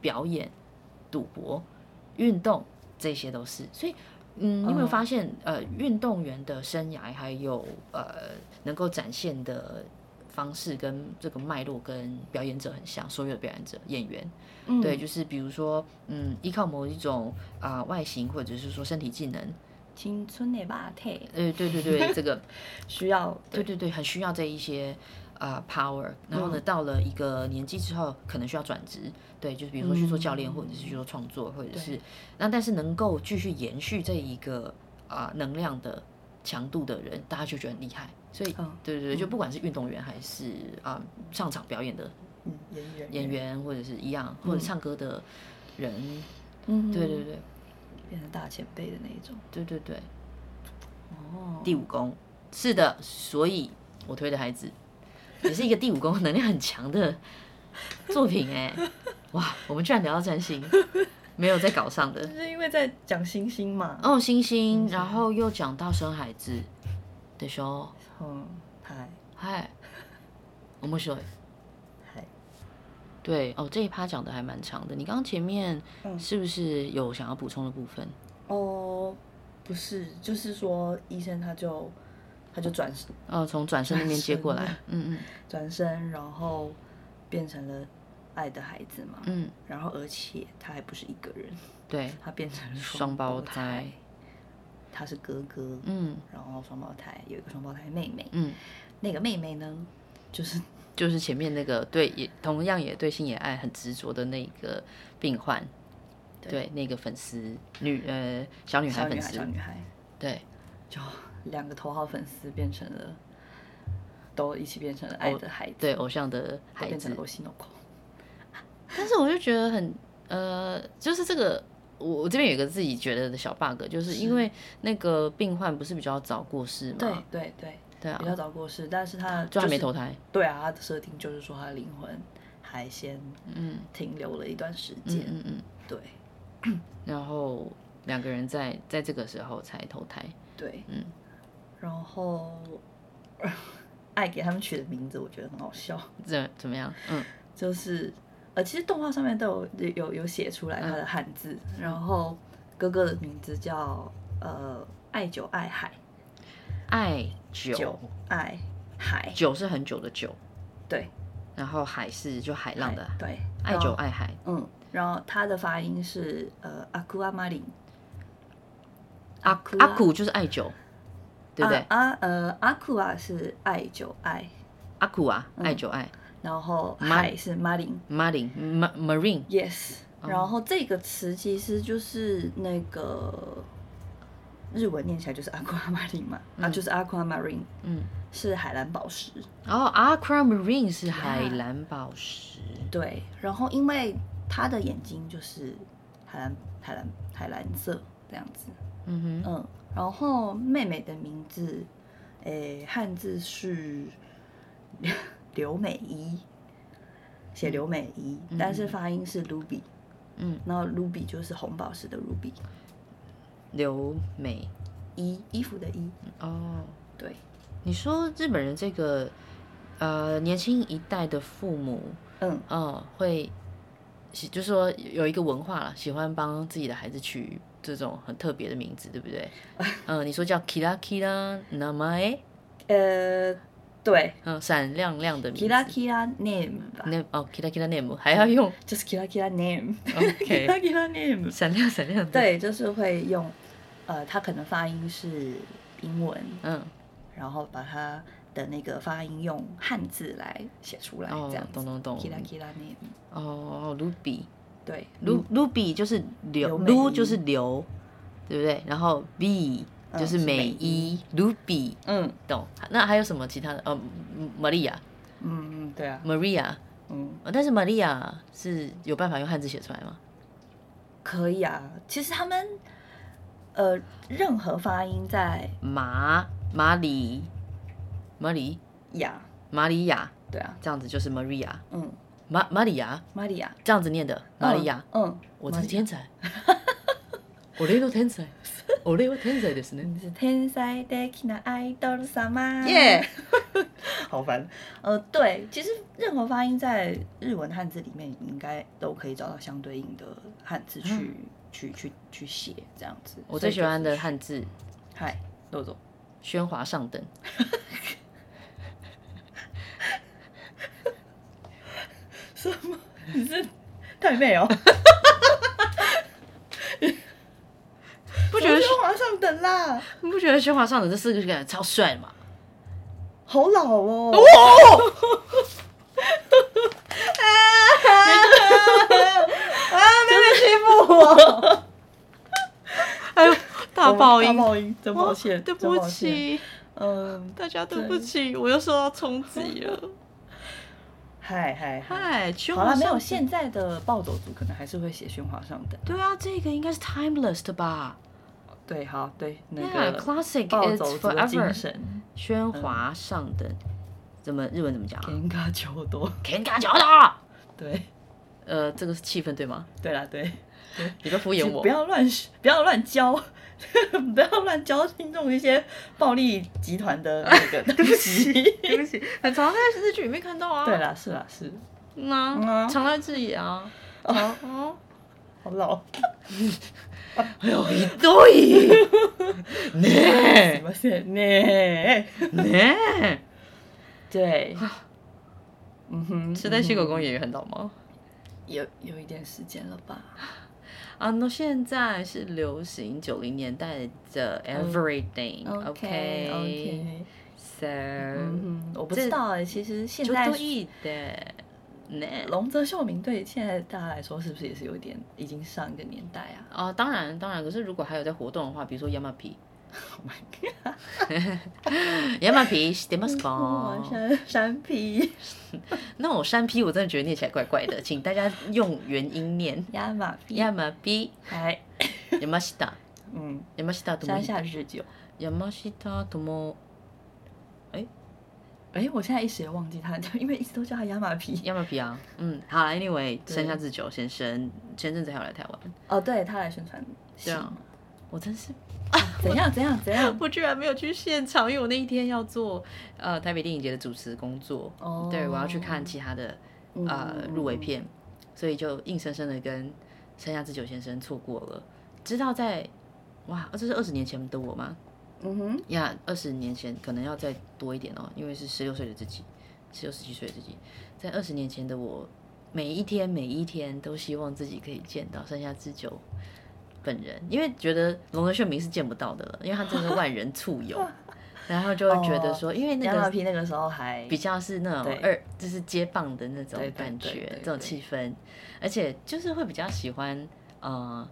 表演、赌博、运动这些都是，所以嗯，你有没有哦发现、呃运动员的生涯还有呃能够展现的方式跟这个脉络跟表演者很像，所有的表演者演员。嗯对，就是比如说，嗯，依靠某一种啊、外形或者是说身体技能，青春的吧体呃，对对 对，这个需要对对对，很需要这一些啊、呃 power。然嗯后呢，到了一个年纪之后，可能需要转职，对，就是比如说去做教练，嗯或者是去做创作，或者是那但是能够继续延续这一个啊、能量的强度的人，大家就觉得很厉害。所以，嗯对对对，就不管是运动员还是啊、上场表演的嗯演员演员，或者是一样，或者唱歌的人，嗯对对对变成大前辈的那一种对对对，哦第五宫是的，所以我推的孩子也是一个第五宫能量很强的作品哎、哇，我们居然聊到占星，没有在搞上的就是因为在讲星星嘛哦，星星，然后又讲到生孩子的时候，嗯嗨嗨，我们说嗨对哦，这一趴讲的还蛮长的，你刚刚前面嗯是不是有想要补充的部分？哦不是就是说医生他就他就转哦，从转身那边接过来转身，嗯嗯转身然后变成了爱的孩子嘛嗯，然后而且他还不是一个人对，他变成了双胞胎，他是哥哥嗯然后双胞胎有一个双胞胎妹妹嗯。那个妹妹呢就是就是前面那个对也同样也对性也爱很执着的那个病患，对那个粉丝女呃小女小孩女粉孩丝小，女孩对就两个头号粉丝变成了，都一起变成了爱的孩子，哦对偶像的都孩变成子了，欧西诺口。但是我就觉得很呃，就是这个我我这边有一个自己觉得的小 bug，就是因为那个病患不是比较早过世嘛，对对对，对啊比，较早过世，但是他就还没是投胎，对啊，他的设定就是说他的灵魂还先嗯停留了一段时嗯间，嗯嗯，对然后两个人在在这个时候才投胎，对，嗯，然后爱给他们取的名字，我觉得很好笑，这怎么样？嗯就是呃，其实动画上面都有有有写出来他的汉字，嗯然后哥哥的名字叫呃爱久爱海。爱久久爱海，久是很久的久，对，然后海是就海浪的海海对，爱然酒后，爱海，嗯，然后它的发音是呃阿库阿玛林，阿苦啊阿苦就是爱酒，对不对？阿呃阿库啊是爱久爱，阿苦啊，爱酒爱然后玛海是玛林 Marine Ma- Marine， ，yes，然哦后这个词其实就是那个日文念起来就是阿库阿玛林嘛，啊就是阿库阿玛林嗯，是海蓝宝石，然后 Aqua Marine 是海蓝宝石，对，然后因为它的眼睛就是海蓝海蓝海蓝色这样子。嗯哼，嗯，然后妹妹的名字，诶，汉字是刘美嗯依，写刘美依，但是发音是 ruby，嗯，然后 ruby 就是红宝石的 ruby，刘美衣衣服的衣，哦，对，你说日本人这个呃年轻一代的父母，嗯，嗯，会喜就是说有一个文化啦，喜欢帮自己的孩子取这种很特别的名字，对不对？嗯，你说叫 Kira Kira Namae，呃，对嗯，闪亮亮的名字。 ，kira kira name 吧， name 哦，kita kita name 还要用就是 kira kira 嗯 OK name，kira kira name，闪亮闪亮的，，对，就是会用，呃，它可能发音是英文，嗯，然后把它的那个发音用汉字来写出来，哦这样，懂子。懂懂， kira kira name，哦，ruby，对，卢 ruby 就是流，刘嗯美卢仪就是流，对不对？然后 b 嗯就是是美美伊，ruby，嗯懂？那还有什么其他的？哦，Maria，Maria，嗯，对啊，嗯，哦但是 Maria 是有办法用汉字写出来吗？可以啊。其实他们呃，任何发音在马马里马里雅，马里亚对啊，这样子就是 Maria，嗯，马马里亚玛利亚，这样子念的马里亚。嗯，嗯，我真是天才。 我雷个天才，我雷个天才です ね。你是天才的 kina idol 什么？耶， 好烦。呃，对，其实任何发音在日文汉字里面，应该都可以找到相对应的汉字去、去去去写这样子。嗯我最喜欢的汉字，字嗨，豆豆， “喧哗上等 什么？你是太妹哦？”， 不觉得 是皇上的啦，你不觉得《喧哗上的这四个感觉超帅吗？好老哦。啊！真的欺负我！ 哎呦，大报大应！报应，真抱哇歉，对真不抱歉。起，嗯，大家对对不起，我又受到冲击了。嗨嗨嗨。嗨，喧好哗啦，没有上现在的暴走族可能还是会写喧哗上的。对啊，这个应该是 timeless 的吧对，好，对那？Yeah, 个 classic 暴 is 走族的精 forever。神，喧哗上的，怎么日文怎么讲啊天嘎秋多。 ？Ken ga 脚的。对，呃，这个是气氛对吗？对啦，对，你在敷衍我不。要乱学，不要乱教， 不要乱教听众一些暴力集团的那个东西。 对不起，很常在日剧里面看到啊。 对，啦，是啦，是，嗯啊，嗯啊常在这里啊。常哦，好 老，哎呦，ひどい。すいねませんえ，ね。ね 对，嗯哼，え。是在西嗯口哼公园也看到吗？有有一点时间了吧？啊，那现在是流行九零年代的 everything，OK，so OK，嗯，我不知道哎，其实现ちょ在っといいでね。龙泽秀明对现在大家来说是不是也是有一点已经上一个年代啊啊，当然当然，可是如果还有在活动的话，比如说 Yamapi，Yamapi ？Oh my god！知 ってます哇か？山山 皮那我山 P 我真的觉得念起来怪怪的，请大家用元音念。 亚马皮， Yamapi 来， Yamashita 哎嗯， Yamashita 山 Tomo 下日久。 Yamashita Tomo 哎，我现在一时也忘记他，因为一直都叫他亚马皮。 Yamapi 啊，嗯，好啦，Anyway，对山下智久先生前阵子还有来台湾，哦，对他来宣传戏对啊，我真是怎样怎样怎样？我居然没有去现场，因为我那一天要做呃台北电影节的主持工作，哦对我要去看其他的呃入围片，所以就硬生生的跟山下智久先生错过了。知道在哇，这是二十年前的我吗？嗯哼，呀，二十年前可能要再多一点哦，因为是十六岁的自己，十六十七岁的自己，在二十年前的我，每一天每一天都希望自己可以见到山下智久本人，因为觉得龙泽秀明是见不到的了，因为他真的是万人簇拥，然后就会觉得说，因为那亚马个皮那个时候还比较是那种对二，就是接棒的那种对对感对觉对，这种对气氛，而且就是会比较喜欢，呃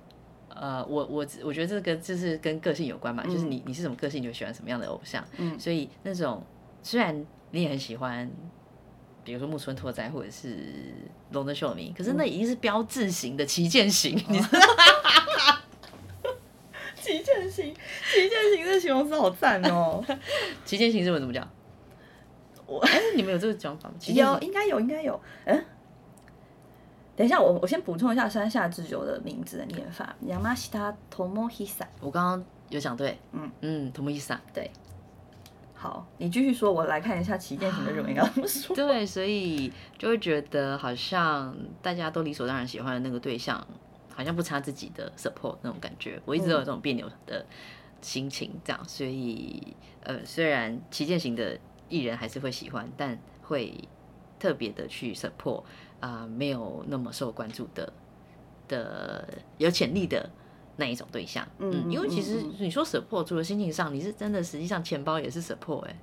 呃，我我我觉得这跟就是跟个性有关嘛，就是你你是什么个性，你就喜欢什么样的偶像， 嗯所以那种虽然你也很喜欢。比如说木村拓哉或者是龙泽秀明，可是嗯那已经是标志型的旗舰型，哦 你知道旗舰型，旗舰型这形容词好赞 哦。旗舰型日文怎么讲？我哎、你们有这个讲法吗？旗舰有，型应该有，应该有。嗯，等一下，我我先补充一下山下智久的名字的念法，Yamashita Tomohisa。我刚刚有讲对，嗯嗯，同意思啊。好，你继续说，我来看一下旗舰型 的日文要怎么说。对，所以就会觉得好像大家都理所当然喜欢的那个对象，好像不差自己的 support 那种感觉。我一直都有这种别扭的心情，这样，所以呃，虽然旗舰型的艺人还是会喜欢，但会特别的去 support 啊、没有那么受关注的的有潜力的。那一种对象，嗯嗯，因为其实嗯嗯嗯你说 support，除了心情上，你是真的，实际上钱包也是 support，哎、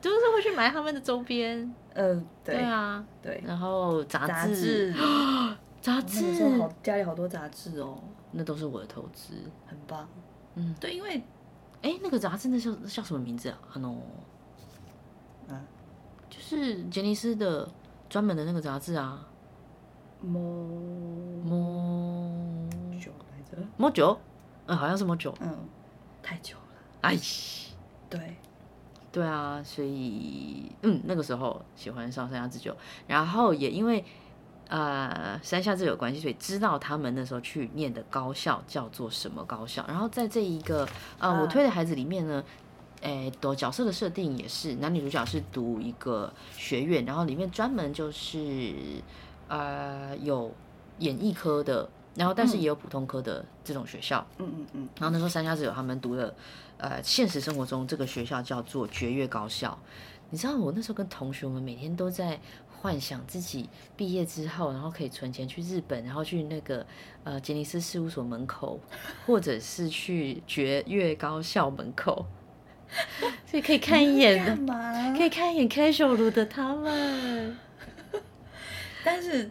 就是会去买他们的周边，嗯，对 对啊，对，然后杂杂志志，， 杂那个志时候好，家里好多杂志哦，那都是我的投资。很棒。嗯，对，因为哎，那个杂志那叫叫什么名字啊？啊 no，啊，就是杰尼斯的专门的那个杂志啊，摸摸久来着，摸九，嗯，好像是摸九。嗯，太久了，哎，对，对啊，所以嗯，那个时候喜欢上山下智久，然后也因为呃山下智久有关系，所以知道他们那时候去念的高校叫做什么高校。然后在这一个呃我啊推的孩子里面呢，诶的角色的设定也是男女主角是读一个学院，然后里面专门就是呃有演艺科的，然后但是嗯也有普通科的这种学校。嗯嗯嗯，然后那时候三家子有他们读的，呃，现实生活中这个学校叫做绝月高校。你知道我那时候跟同学们每天都在幻想自己毕业之后，然后可以存钱去日本，然后去那个呃杰尼斯事务所门 口，或者是去爵越高校门口，所以可以看一眼干 的，嘛？可以看一眼 casual 的他们。 但是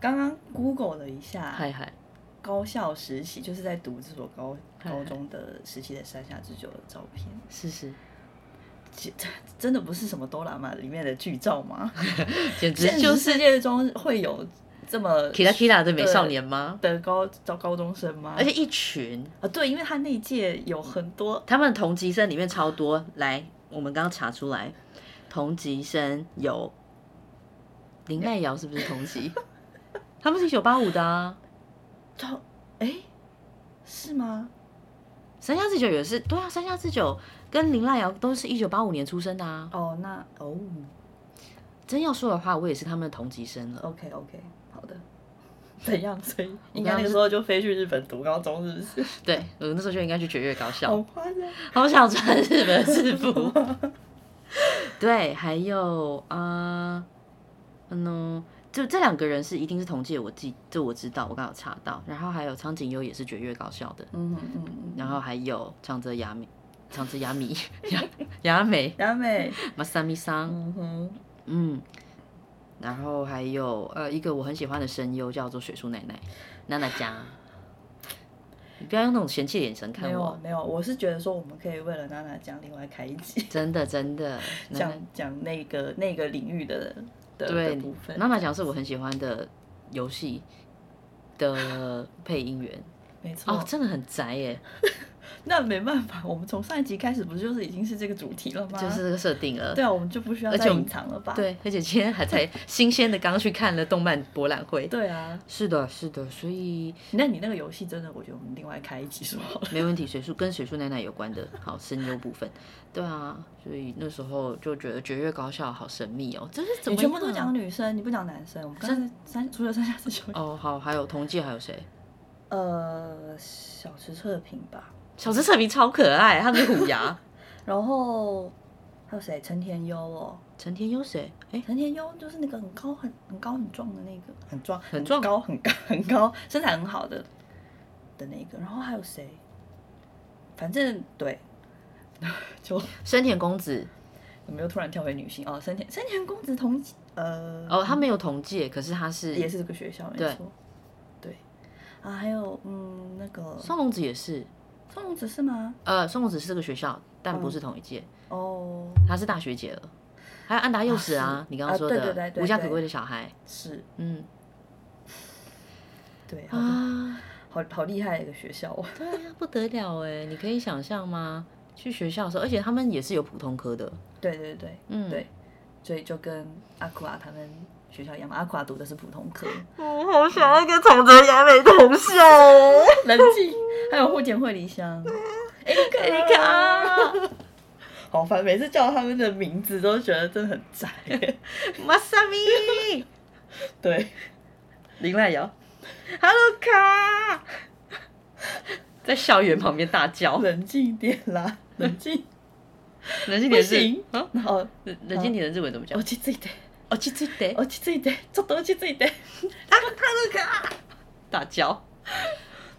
刚刚 Google 了一下，嗨嗨，高校实习就是在读这所高嗨高中的时期的山下智久的照片，是 是，其 真的不是什么哆啦 A 梦里面的剧照吗？简直现就实是世界中会有这么 Kira Kira 的美少年吗？的高高高中生吗？而且一群，啊，对，因为他那一届有很多他们同级生里面超多。来，我们刚刚查出来，同级生有林奈瑶是不是同 级？他们是一九八五的啊，同，哎、是吗？三下智久也是，对啊，三下智久跟林奈瑶都是一九八五年出生的啊。哦，那哦真要说的话，我也是他们的同级生了。 ，OK OK，好的。 怎样？所以应刚该刚那个是时候就飞去日本读高中，是不是？对，我那时候就应该去绝月高校。好夸张！好想穿日本制 服。对，还有啊，嗯呢，就这两个人是一定是同届，我记这我知道，我刚好查到。然后还有苍井优也是绝月高校的，嗯嗯嗯。然后还有长泽雅美、长泽雅美、 雅雅美、雅美，马萨米桑，嗯哼，嗯。然后还有呃，一个我很喜欢的声优叫做水树奶奶，娜娜酱。你不要用那种嫌弃的眼神看没有我，没有，我是觉得说我们可以为了娜娜讲另外开 一集，真的真的。奶讲奶讲那个那个领域的的对的部分。娜娜讲是我很喜欢的游戏的配音员没错，哦，真的很宅耶，那没办法，我们从上一集开始不就是已经是这个主题了吗？就是这个设定了。对啊，我们就不需要而且再我们隐藏了吧？对，而且今天还才新鲜的刚去看了动漫博览会。对啊， 是的，是的，所以那你那个游戏真的，我觉得我们另外开一集说好了。没问题。水树跟水树奈奈有关的，好声优部分，对啊，所以那时候就觉得绝月高校好神秘哦，这是怎你么全部都样讲女生，你不讲男生。我们刚才三除了三下之九，哦，好，还有同届还有谁？呃，小池测评吧，小池彻平超可爱，他的虎 牙。然后还有谁？陈田优哦，陈天优谁？哎，陈田优就是那个很高很很高很壮的那个，很壮很壮高很高很高身材很好的的那个，然后还有谁？反正对，就深田公子我们又突然跳回女性哦，森田森田公子同呃哦，他没有同届，可是他是也是这个学校没对错，对啊，还有嗯那个双龙子也是，宋龙子是吗？呃，双龙子是这个学校，但嗯不是同一届，哦，他是大学姐了。还有安达幼史啊啊是，你刚刚说的、啊对对对对无家可归的小孩，是，嗯对，好的啊，好好厉害的一个学校哦， 对啊，不得了哎，你可以想象吗？去学校的时候，而且他们也是有普通科的，对对对，嗯，对所以就跟阿库啊他们学校一样嘛，阿库啊读的是普通 科，我嗯好想要跟长泽雅美同校 哦，冷静，还有户田惠梨香，哎，可你看， 好烦，每次叫他们的名字都觉得真的很宅， 马萨米对， 林濑遥， ，Hello 卡， 在校园旁边大叫，冷静点 啦，冷静，冷静点不是行啊，然后冷冷静点的日文怎么讲落？ち着いて哦， 啊去去得，落ち着いてちょっと落ち着いて大叫。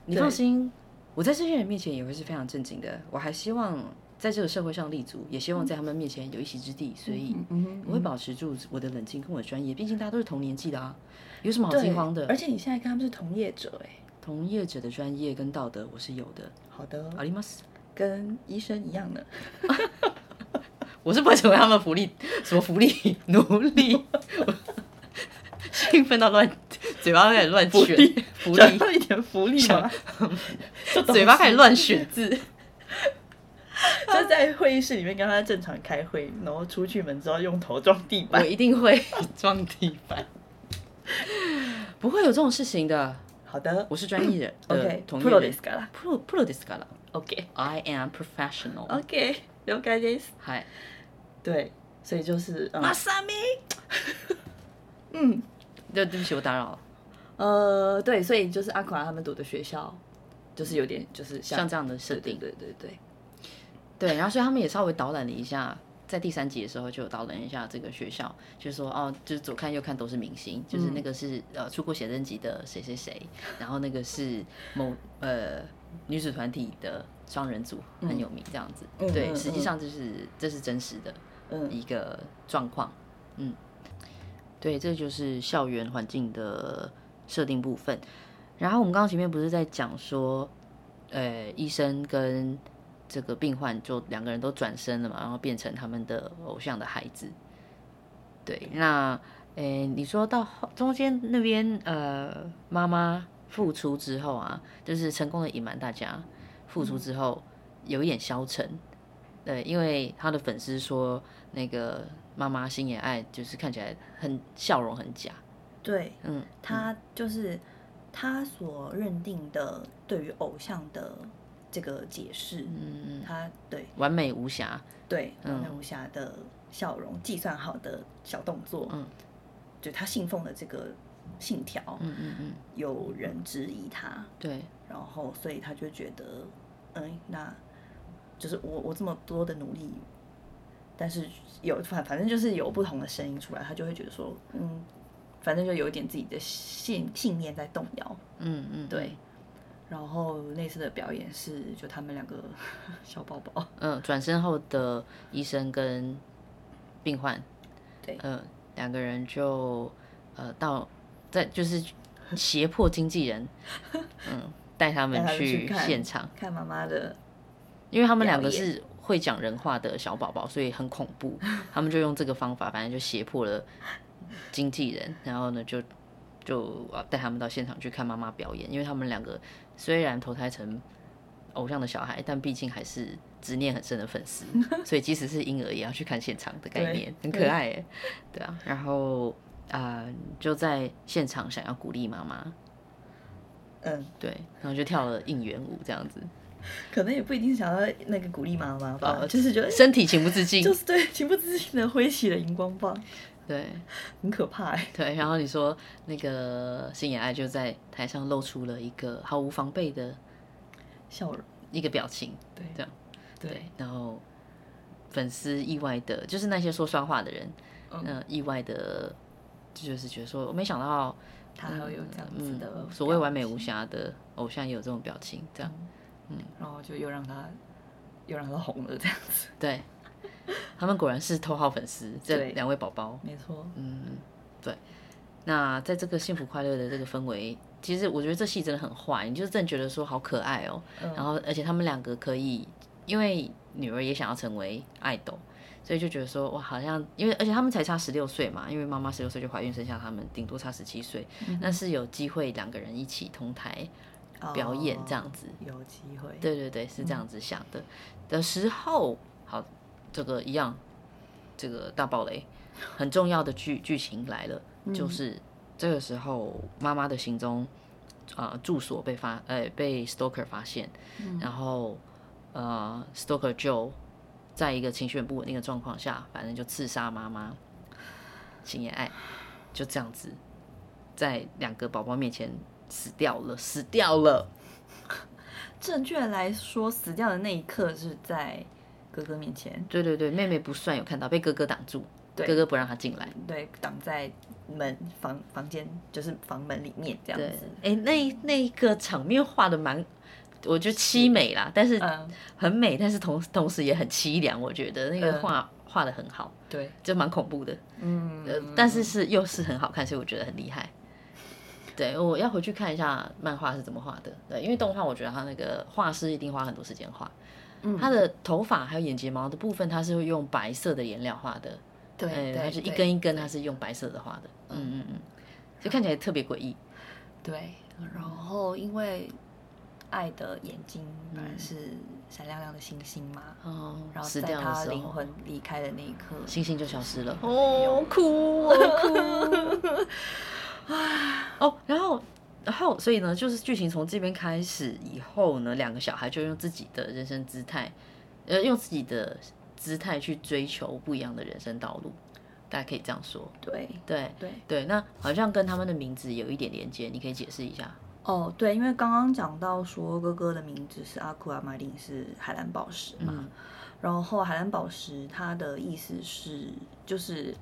你对放心，我在这些人面前也会是非常正经的。我还希望在这个社会上立足，也希望在他们面前有一席之地，所以嗯我会保持住我的冷静跟我的专业。毕竟大家都是同年纪的啊，有什么好对惊慌而的？且你现在跟他们是同业者哎、同业者的专业跟道德我是有的。好的，阿里马斯，跟医生一样的，我是不会成为他们福利什么福利奴隶， 我兴奋到乱嘴巴开始乱选福利，一点福利 嘛，就 嘴巴开始乱选字。就在会议室里面跟他正常开会，然后出去门之后用头撞地我板。一定会撞地板，不会有这种事情的。好的我是专业人的同业 OK，pro で人すから。 ，pro pro this g a l OK I am professional。 OK，了解です。嗨，对，所以就是嗯马萨米，嗯对，对不起，我打扰了。呃对，所以就是阿垮他们读的学校，就是有点就是像这样的设对定，对对对对，对，然后所以他们也稍微导览了一下在第三集的时候就有讨论一下这个学校，就是说哦，就是左看右看都是明星，就是那个是、呃出过写真集的谁谁谁，然后那个是某呃女子团体的双人组很有名这样子。嗯对，嗯实际嗯上就是这是真实的嗯一个状况。嗯，对，这就是校园环境的设定部分。然后我们刚刚前面不是在讲说，呃，医生跟这个病患就两个人都转身了嘛，然后变成他们的偶像的孩子。对，那诶，你说到后中间那边，呃，妈妈复出之后啊，就是成功的隐瞒大家，复出之后有一点消沉。对，因为他的粉丝说，那个妈妈星野爱就是看起来很笑容很假，对嗯，他就是他所认定的对于偶像的这个解释，嗯他对完美无瑕，对嗯那无暇的笑容，计算好的小动作，嗯，就他信奉的这个信条，嗯嗯嗯，有人质疑他，对，然后所以他就觉得，嗯，那就是我我这么多的努力，但是有反反正就是有不同的声音出来，他就会觉得说，嗯，反正就有一点自己的信信念在动摇。嗯嗯，对，然后那次的表演是就他们两个 小宝宝，嗯，转身后的医生跟病患，对嗯，两个人就呃到在就是胁迫经纪人，嗯，带他们带他们去去看现场，看妈妈的，因为他们两个表演是会讲人话的小宝宝，所以很恐 怖。他们就用这个方法，反正就胁迫了经纪人，然后呢就就呃带他们到现场去看妈妈表演。因为他们两个虽然投胎成偶像的小孩，但毕竟还是执念很深的粉 丝，所以即使是婴儿也要去看现场的概念，很对可爱耶。对啊，然后啊、呃就在现场想要鼓励妈妈，嗯，对，然后就跳了应援舞这样子，可能也不一定想要那个鼓励妈妈吧，哦就是觉得 身体情不自禁，就是对情不自禁的挥起了荧光棒，对。很可怕哎、对，然后你说那个星野爱就在台上露出了一个毫无防备的笑容，一个表情，对这样，对对，然后粉丝意外的，就是那些说酸话的人，嗯嗯、意外的，就是觉得说，我没想到，他还会有这样子嗯的、，所谓完美无，瑕的偶像也有这种表情，这样，然后就又让他又让他红了这样子，对，他们果然是头号粉丝，这对两位宝宝，没错，嗯，对。那在这个幸福快乐的这个氛围，其实我觉得这戏真的很坏，你就真的觉得说好可爱哦、嗯然后而且他们两个可以，因为女儿也想要成为爱豆，所以就觉得说哇，好像因为而且他们才差十六岁嘛，因为妈妈十六岁就怀孕生下他们，顶多差十七岁，那是有机会两个人一起同台表演这样子。哦有机会，对对对，是这样子想的、的时候，好，这个一样，这个大暴雷，很重要的剧剧情来了，就是这个时候妈妈的行踪，呃，住所被发，呃，被 stalker 发现，然后呃，stalker 就在一个情绪很不稳定的状况下，反正就刺杀妈妈，秦野爱就这样子，在两个宝宝面前死掉了，死掉了。正确来说，死掉的那一刻是在哥哥面前，对对对，妹妹不算有看到，被哥哥挡住，哥哥不让她进来。对，挡在门房房间就是房门里面这对样子，，哎，那一那一个场面画的蛮，我觉得凄美啦，但是嗯，很美，但是同同时也很凄凉。我觉得那个嗯画、画的很好，对，就蛮恐怖的，嗯，呃，但是是又是很好看，所以我觉得很厉害。对，我要回去看一下漫画是怎么画的。对，因为动画我觉得它那个画师一定花很多时间画，嗯他的头发还有眼睫毛的部分，它是会用白色的颜料画的。对哎，对，它是一对根一根，它是用白色的画的，嗯嗯嗯，就看起来特别诡异，对，然后因为爱的眼睛本来嗯是闪亮亮的星星嘛，哦，然后死在掉的他时灵候，魂离开的那一刻，星星就消失了，哦，哭，哦哭，哦，然后。然后，所以呢，就是剧情从这边开始以后呢，两个小孩就用自己的人生姿态，呃，用自己的姿态去追求不一样的人生道路，大家可以这样说。对对对对，那好像跟他们的名字有一点连接，你可以解释一下。哦对，因为刚刚讲到说哥哥的名字是阿库阿玛林，是海蓝宝石嘛，嗯然后海蓝宝石它的意思是，就是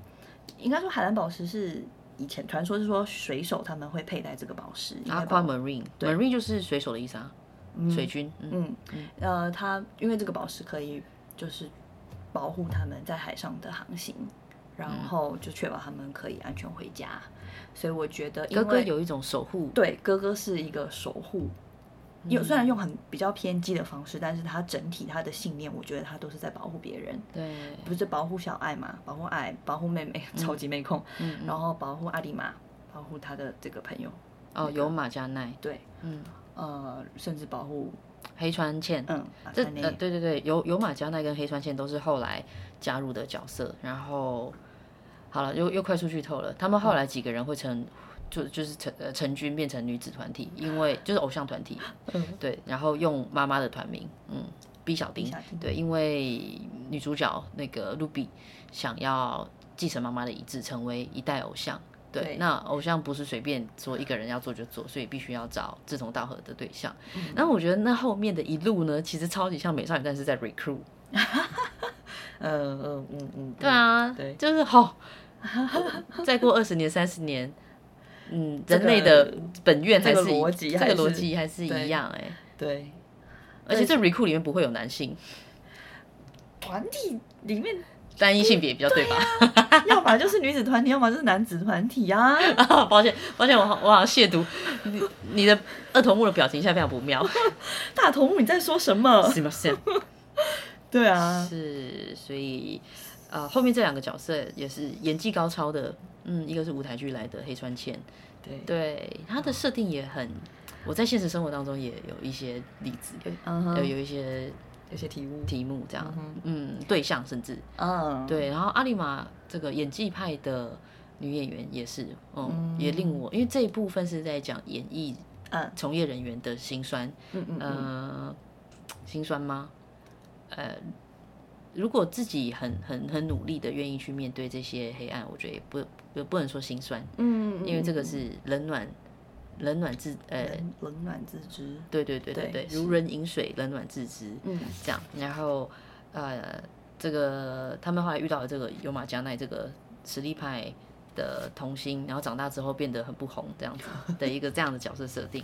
应该说海蓝宝石是以前传说是说水手他们会佩戴这个宝石，因为宝 Aquamarine，Marine 就是水手的意思啊，水军。嗯，嗯，呃，它因为这个宝石可以就是保护他们在海上的航行，然嗯后就确保他们可以安全回家。所以我觉得，因哥为哥有一种守护，对哥哥是一个守护，嗯有虽然用很比较偏激的方式，但是他整体他的信念，我觉得他都是在保护别人。对，不是保护小爱嘛，保护爱，保护妹妹，嗯超级妹控，然后保护阿里玛，保护他的这个朋友，哦，有马加奈，对，嗯，呃，甚至保护黑川茜，嗯，阿这三内呃，对对对，有有马加奈跟黑川茜都是后来加入的角色。然后，好了，又又快速剧透了。他们后来几个人会成，就就是成呃成军变成女子团体，因为就是偶像团体，嗯对，然后用妈妈的团名，嗯，B 小丁小，丁对，因为女主角那个 Ruby 想要继承妈妈的遗志，成为一代偶像。对对，那偶像不是随便说一个人要做就做，所以必须要找志同道合的对象。嗯然后我觉得那后面的一路呢，其实超级像美少女战士在 recruit。呃呃嗯嗯，对啊，对就是好、再过二十年、三十年，嗯，这人个类的本愿还这是个一逻辑这还个逻是辑还是一对样哎、嗯对，而且这 recruit 里面不会有男性，团体里面单一性别比较啊对吧？啊要么就是女子团体，要 么就是男子团体啊， 抱歉，抱歉，我好我好像亵渎你你的二头目的表情，现在非常不妙。大头目你在说什么？是吗？是对啊，是，所以呃，后面这两个角色也是演技高超的，嗯，一个是舞台剧来的黑川茜，对对，她的设定也很，我在现实生活当中也有一些例子，嗯有哼，有一些有些体悟，题目这样，嗯，对象甚至嗯，对，然后阿里玛这个演技派的女演员也是，嗯，也令我，因为这一部分是在讲演艺嗯从业人员的辛酸，嗯嗯嗯，呃，心酸吗？呃，如果自己很很很努力的愿意去面对这些黑暗，我觉得也不不不能说心酸，嗯嗯因为这个是冷暖冷暖自呃，冷冷暖自知，对对对对对对，是如人饮水，冷暖自知，嗯这样，然后呃，这个他们后来遇到了这个有马加奈这个实力派。的童星，然后长大之后变得很不红，这样子 的一个这样的角色设定，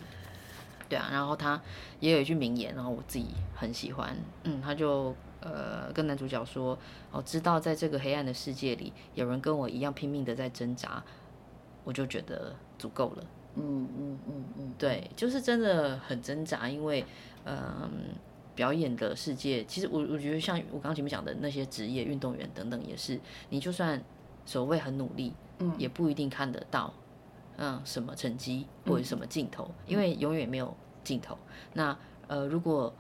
对啊，然后他也有一句名言，然后我自己很喜欢，嗯，他就呃跟男主角说，哦，知道在这个黑暗的世界里，有人跟我一样拼命的在挣扎，我就觉得足够了。嗯嗯嗯嗯，对，就是真的很挣扎，因为嗯、表演的世界，其实我我觉得像我刚刚前面讲的那些职业运动员等等，也是你就算所谓很努力，嗯，也不一定看得到，嗯，什么成绩或者什么镜头，因为永远没有镜头。那呃，如果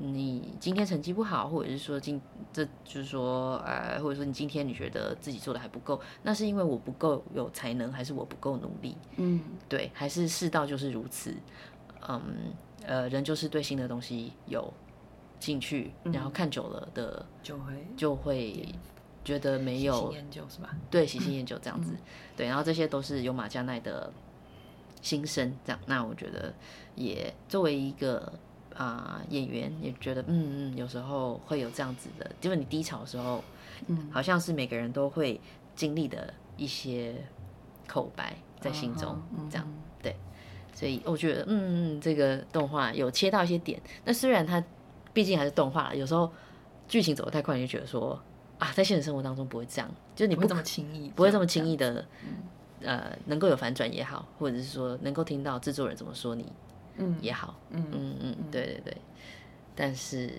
你今天成绩不好，或者是说今这就是说呃，或者说你今天你觉得自己做的还不够，那是因为我不够有才能，还是我不够努力？嗯对，还是世道就是如此。嗯，呃，人就是对新的东西有兴趣，然后看久了的就会就会觉得没新有研究是吧？对喜新厌旧这样子。 对，然后这些都是有马加奈的心声，这样。那我觉得也作为一个。啊、演员也觉得，嗯嗯，有时候会有这样子的，就是你低潮的时候，嗯，好像是每个人都会经历的一些口白在心中，嗯这样。所以我觉得，嗯，这个动画有切到一些点。那虽然它毕竟还是动画，有时候剧情走得太快，你就觉得说啊，在现实生活当中不会这样，就是你不不会这么轻易，不会这么易。轻易的，呃，能够有反转也好，或者是说能够听到制作人怎么说你，嗯，也好，嗯嗯嗯，对对对。但是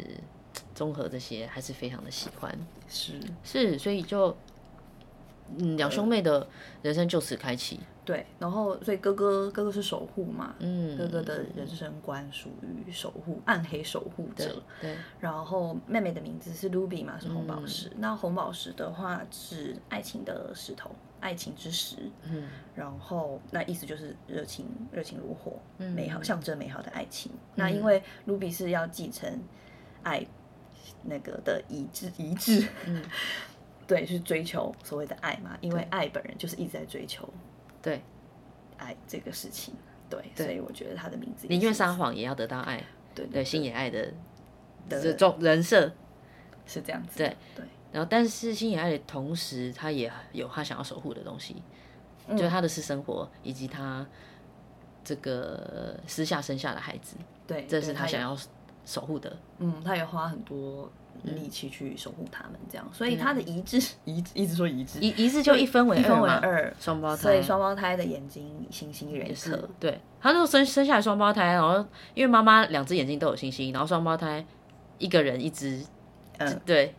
综合这些还是非常的喜欢，是，是，所以就。嗯，两兄妹的人生就此开启。对。然后，所以哥哥哥哥是守护嘛，嗯，哥哥的人生观属于守护暗黑守护者。对，然后妹妹的名字是 Ruby 嘛，是红宝嗯石。那红宝石的话是爱情的石头，爱情之石。嗯，然后那意思就是热情，热情如火，嗯美好象征美好的爱情。那因为 Ruby 是要继承爱那个的遗志，遗志， 嗯，对，去追求所谓的爱嘛，因为对爱本人就是一直在追求对，爱这个事情。对，对所以我觉得他的名字也宁愿是撒谎也要得到爱。对对，星野爱的的这种人设，是这样子的。对然后，但是星野爱的同时，他也有他想要守护的东西，嗯就是他的私生活以及他这个私下生下的孩子，对，这对是他也想要守护的。嗯，他也花很多力气去守护他们，这样，所以他的遗志 遗一直说遗志，啊一一次就一分为一分为嘛二，双胞胎，所以双胞胎的眼睛星星人是特，对，他那时候生生下来双胞胎，然后因为妈妈两只眼睛都有星星，然后双胞胎一个人一只，嗯，对，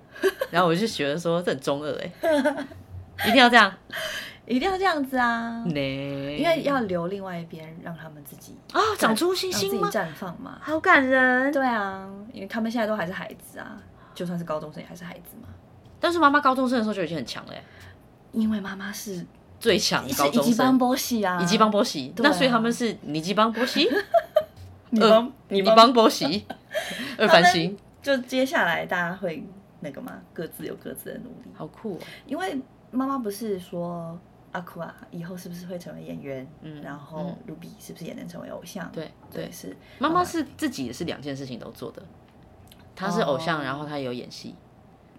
然后我就觉得说这很中二 哎、一定要这样一定要这样子啊，呢，因因为要留另外一边，让他们自己啊长出星让自星己吗？绽放嘛。好感人，对啊，因为他们现在都还是孩子啊，就算是高中生也还是孩子嘛。但是妈妈高中生的时候就已经很强了、欸，因为妈妈是最强是高一中级帮生。波系啊，以及帮波西，对啊那所以他们是尼基帮波 西、你帮你尼帮，呃帮波西、二凡星，就接下来大家会那个嘛，各自有各自的努力。好酷、哦！因为妈妈不是说阿库啊，以后是不是会成为演员？嗯然后嗯卢比是不是也能成为偶像？对对对是妈妈是自己也是两件事情都做的，她是偶像，哦然后她也有演戏，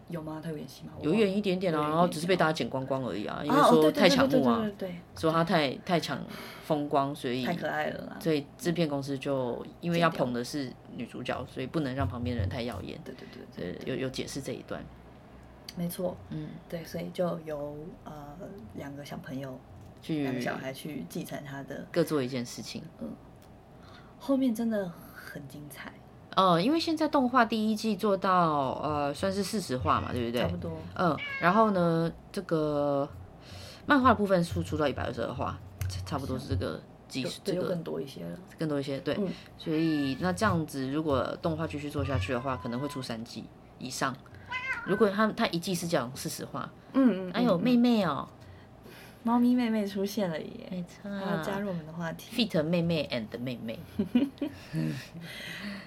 有吗？她有演戏吗？我有忘了演一点点有啊，演一然后点只是点被哦大家剪光光而已啊，因为哦，说对对太抢抢目啊，对对对说她太太抢风光，所以对太可爱了啦。所以制片公司就因为要剪掉捧的是女主角，所以不能让旁边的人太耀眼，对对对对，呃，有有解释这一段，没错，嗯，对，所以就由呃两个小朋友，两个去小孩嗯去继承他的，各做一件事情。后面真的很精彩，呃，因为现在动画第一季做到呃算是四十话嘛，对不对差？不多嗯，然后呢，这个漫画的部分输出到一百二十二话，差差不多是这个技就术，这对，又个更多一些了。更多一些。对，嗯所以那这样子，如果动画继续做下去的话，可能会出三季以上。如果他他一季是讲四十话，嗯嗯，哎呦嗯妹，哎妹哦，猫咪妹妹出现了耶，没错她要加入我们的话题。 ，fit 妹妹 and 妹妹，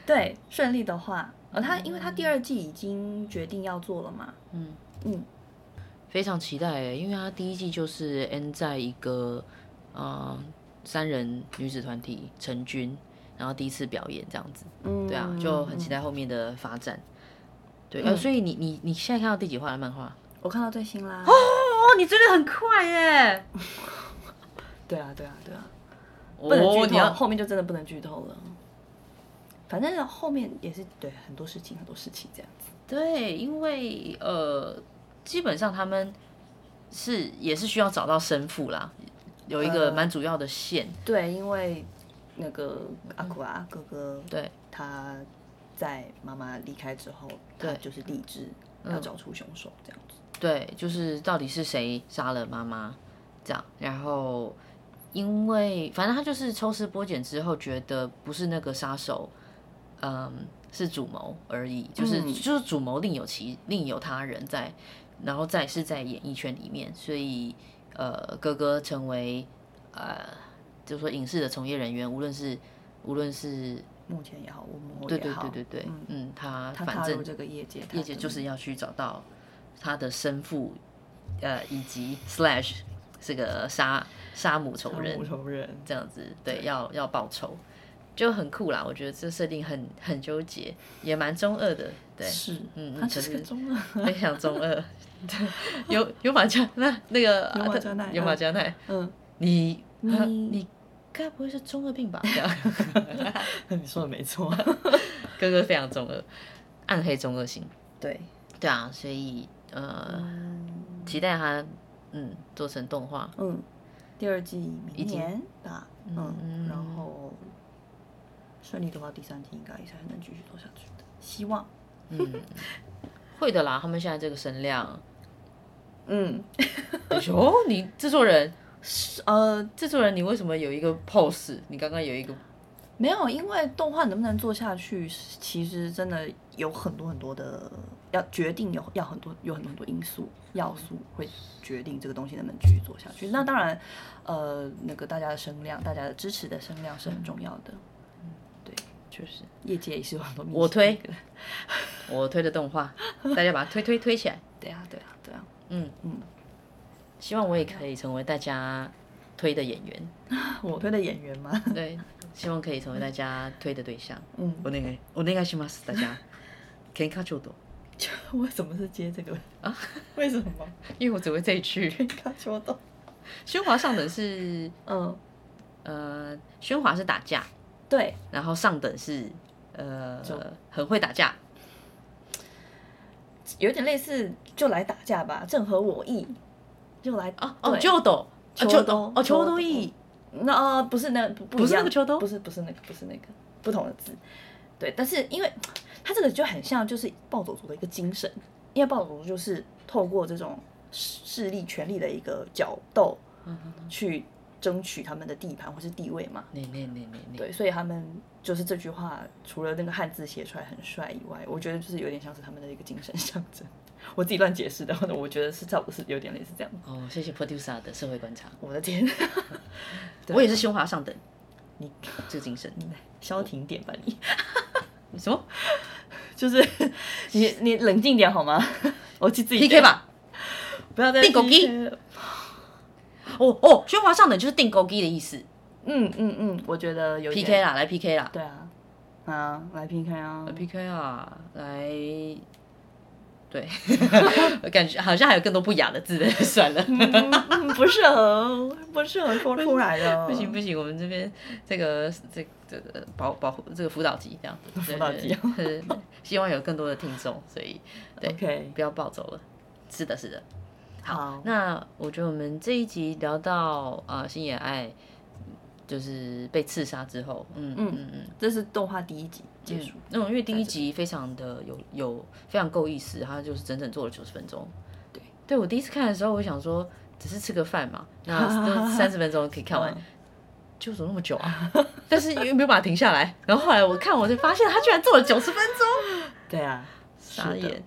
对，顺利的话，呃，他因为他第二季已经决定要做了嘛，嗯嗯，非常期待欸耶，因为他第一季就是 N 在一个呃三人女子团体成军，然后第一次表演这样子。嗯对啊，就很期。待后面的发展。对，呃，嗯所以你你你现在看到第几话的漫画？哦，我看到最新啦。你追的很快耶！对啊，对啊，对啊，不能剧哦，你透，要后面就真的不能剧透了。反正后面也是对很多事情，很多事情这样子。对，因为呃，基本上他们是也是需要找到生父啦，有一个呃蛮主要的线。对，因为那个阿古啊哥哥，对，他在妈妈离开之后，他对就是立志要找出凶手这样子。对，就是到底是谁杀了妈妈这样，然后因为反正他就是抽丝剥茧之后，觉得不是那个杀手，嗯，是主谋而已，就是、嗯就是主谋另有其另有他人在，然后再是在演艺圈里面，所以呃，哥哥成为呃，就是说影视的从业人员，无论是无论是目前也好，我们对也对好，对对对，嗯，嗯，他他反踏入正这个业界，他业界真就的是要去找到他的生父，呃，以及 slash 这个杀杀母仇人无仇人，这样子，对，要要报仇，就很酷啦。我觉得这设定很很纠结，也蛮中二的，对，是，嗯他嗯就是可个是中二，非常中二。对，有有马加那那个啊有马对加奈有马加奈，嗯，你你啊你该不会是中二病吧？这样 你说的没错，哥哥非常中二，暗黑中二型。 对，对啊，所以呃，嗯期待他嗯做成动画。 嗯，第二季已明经年吧，嗯，嗯然后顺利的话，第三季应该也是还能继续做下去的，希望，嗯，会的啦，他们现在这个声量。 嗯，哟，哦你制作人，是呃，制作人，你为什么有一个 pose？你刚刚有一个，没有，因为动画能不能做下去，是其实真的有很多很多的要决定有，要很多有很多很多因素要素会决定这个东西能不能继续做下去。那当然，呃，那个大家的声量，大家的支持的声量是很重要的。确实，业界也是有很多明星我推，我推的动画，大家把它推推推起来。对啊，对啊，对啊， 嗯嗯，希望我也可以成为大家推的演员，我推的演员嘛，对，希望可以成为大家推的对象。嗯， お願い、お願いします，大家。喧嘩ちょうど。就 为什么是接这个啊？为什么？因为我只会这一句。卡丘豆， 喧哗上等是嗯，呃，喧哗是打架，对，然后上等是呃就很会打架，有点类似就来打架吧，正合我意，就来哦哦，对秋斗，秋秋冬哦，秋秋冬冬意，那呃不是那不不不一是那样个秋冬不是不是那个不是那个不同的字，对，但是因为它这个就很像就是暴走族的一个精神，因为暴走族就是透过这种势力权力的一个角斗嗯嗯嗯去争取他们的地盘或是地位嘛，那那那那那，对，所以他们就是这句话除了那个汉字写出来很帅以外，我觉得就是有点像是他们的一个精神象征。 我自己乱解释的，我觉得是差不多是有点类似这样。哦，谢谢 producer 的社会观察，我的天， 对我也是喧哗上等你这个精神。你消停点吧你。什么就是 你你冷静点好吗？ 我去自己 PK 吧？不要再定狗鸡。哦哦，喧哗上等就是定勾机的意思嗯嗯嗯，我觉得有一，PK 点。啦，来 PK 啦，对啊，啊，来 PK 啊来。PK 啊，来，对， 我感觉好像还有更多不雅的字， 算了。嗯嗯不适合，不适合说出来了。不行不行，我们这边这个这这个保保护这个辅导级这样，辅导级希望有更多的听众，所以对 OK，不要暴走了。是的，是的。好那我觉得我们这一集聊到呃星野爱就是被刺杀之后，嗯嗯嗯嗯，这是动画第一集结束。那、我因为第一集非常的有有非常够意思，它就是整整做了九十分钟。对，对我第一次看的时候，我想说只是吃个饭嘛，那三十分钟可以看完。嗯就怎么那么久啊？ 但是因为没有把它停下来，然后后来我看我才发现他居然做了九十分钟，对啊，傻是的眼。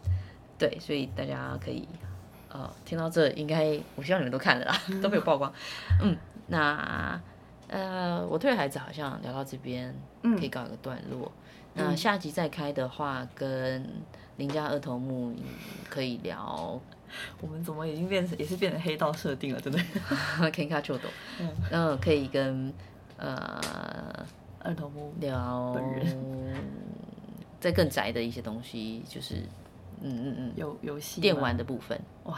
对，所以大家可以呃听到这，应该我希望你们都看 了啦，都没有曝光。嗯，那呃我推的孩子好像聊到这边嗯可以告一个段落。那下集再开的话，跟邻家二头目嗯可以聊 我们怎么已经变成也是变成黑道设定了，对不对？ Ken k a c h o 嗯，可以跟呃二头目聊本在更宅的一些东西，就是嗯嗯嗯，游游戏吗电玩的部分，嗯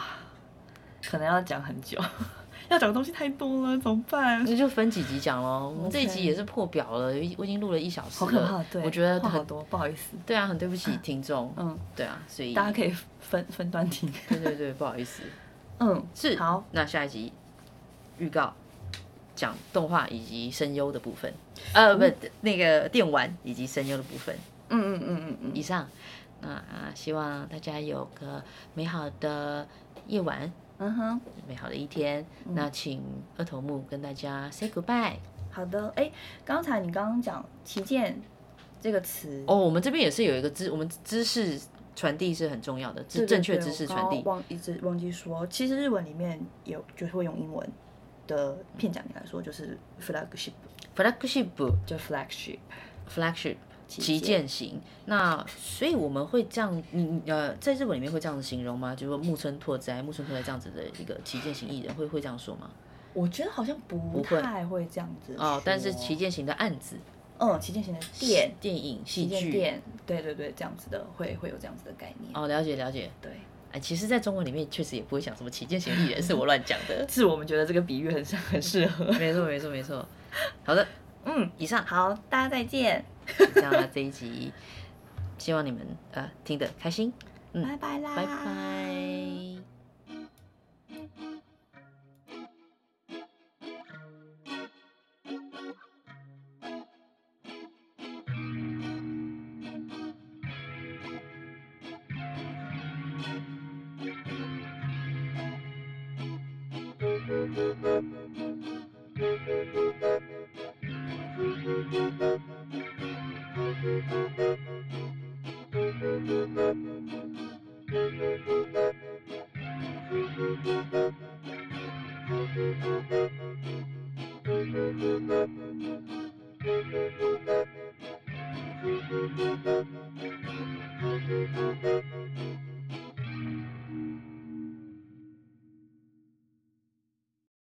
可能要讲很久， 要讲的东西太多了，怎么办？那就分几集讲 喽。我们这一 OK 集也是破表了，我已我已经录了一小时好了，可怕，对，我觉 得话好很多，不好意思，对啊，很对不起听众，嗯，对啊，所以大家可以分分段听。 对对对，不好意思，嗯，是好，那下一集预告讲动画以及声优的部分，嗯呃，不，那个电玩以及声优的部分。嗯嗯嗯嗯嗯，以上，那、啊希望大家有个美好的夜晚，嗯哼，美好的一天。嗯那请二头目跟大家 say goodbye。好的。哎，刚才你刚刚讲“旗舰”这个词，哦，我们这边也是有一个知，我们知识传递是很重要的，对知对正确对知识我传刚递刚。忘一直忘记说，其实日文里面有就是会用英文的片假名来说，就是 flagship， flagship 就 flagship。 flagship 旗舰舰型。那所以我们会这样，嗯呃，在日本里面会这样子形容吗？就是说木村拓哉、木村拓哉这样子的一个旗舰型艺人，会会这样说吗？我觉得好像不会太会这样子哦，但是说旗舰型的案子、嗯旗舰型的店。电影、戏旗舰剧。店，对对对，这样子的会会有这样子的概念，哦，了解了解。对，。哎，其实，在中文里面确实也不会想什么旗舰型艺人，是我乱讲的 是我们觉得这个比喻很适很适合。没错，没错，没错。好的，嗯，以上好，大家再见，这样啦，这一集希望你们呃听得开心，嗯拜拜啦，拜拜。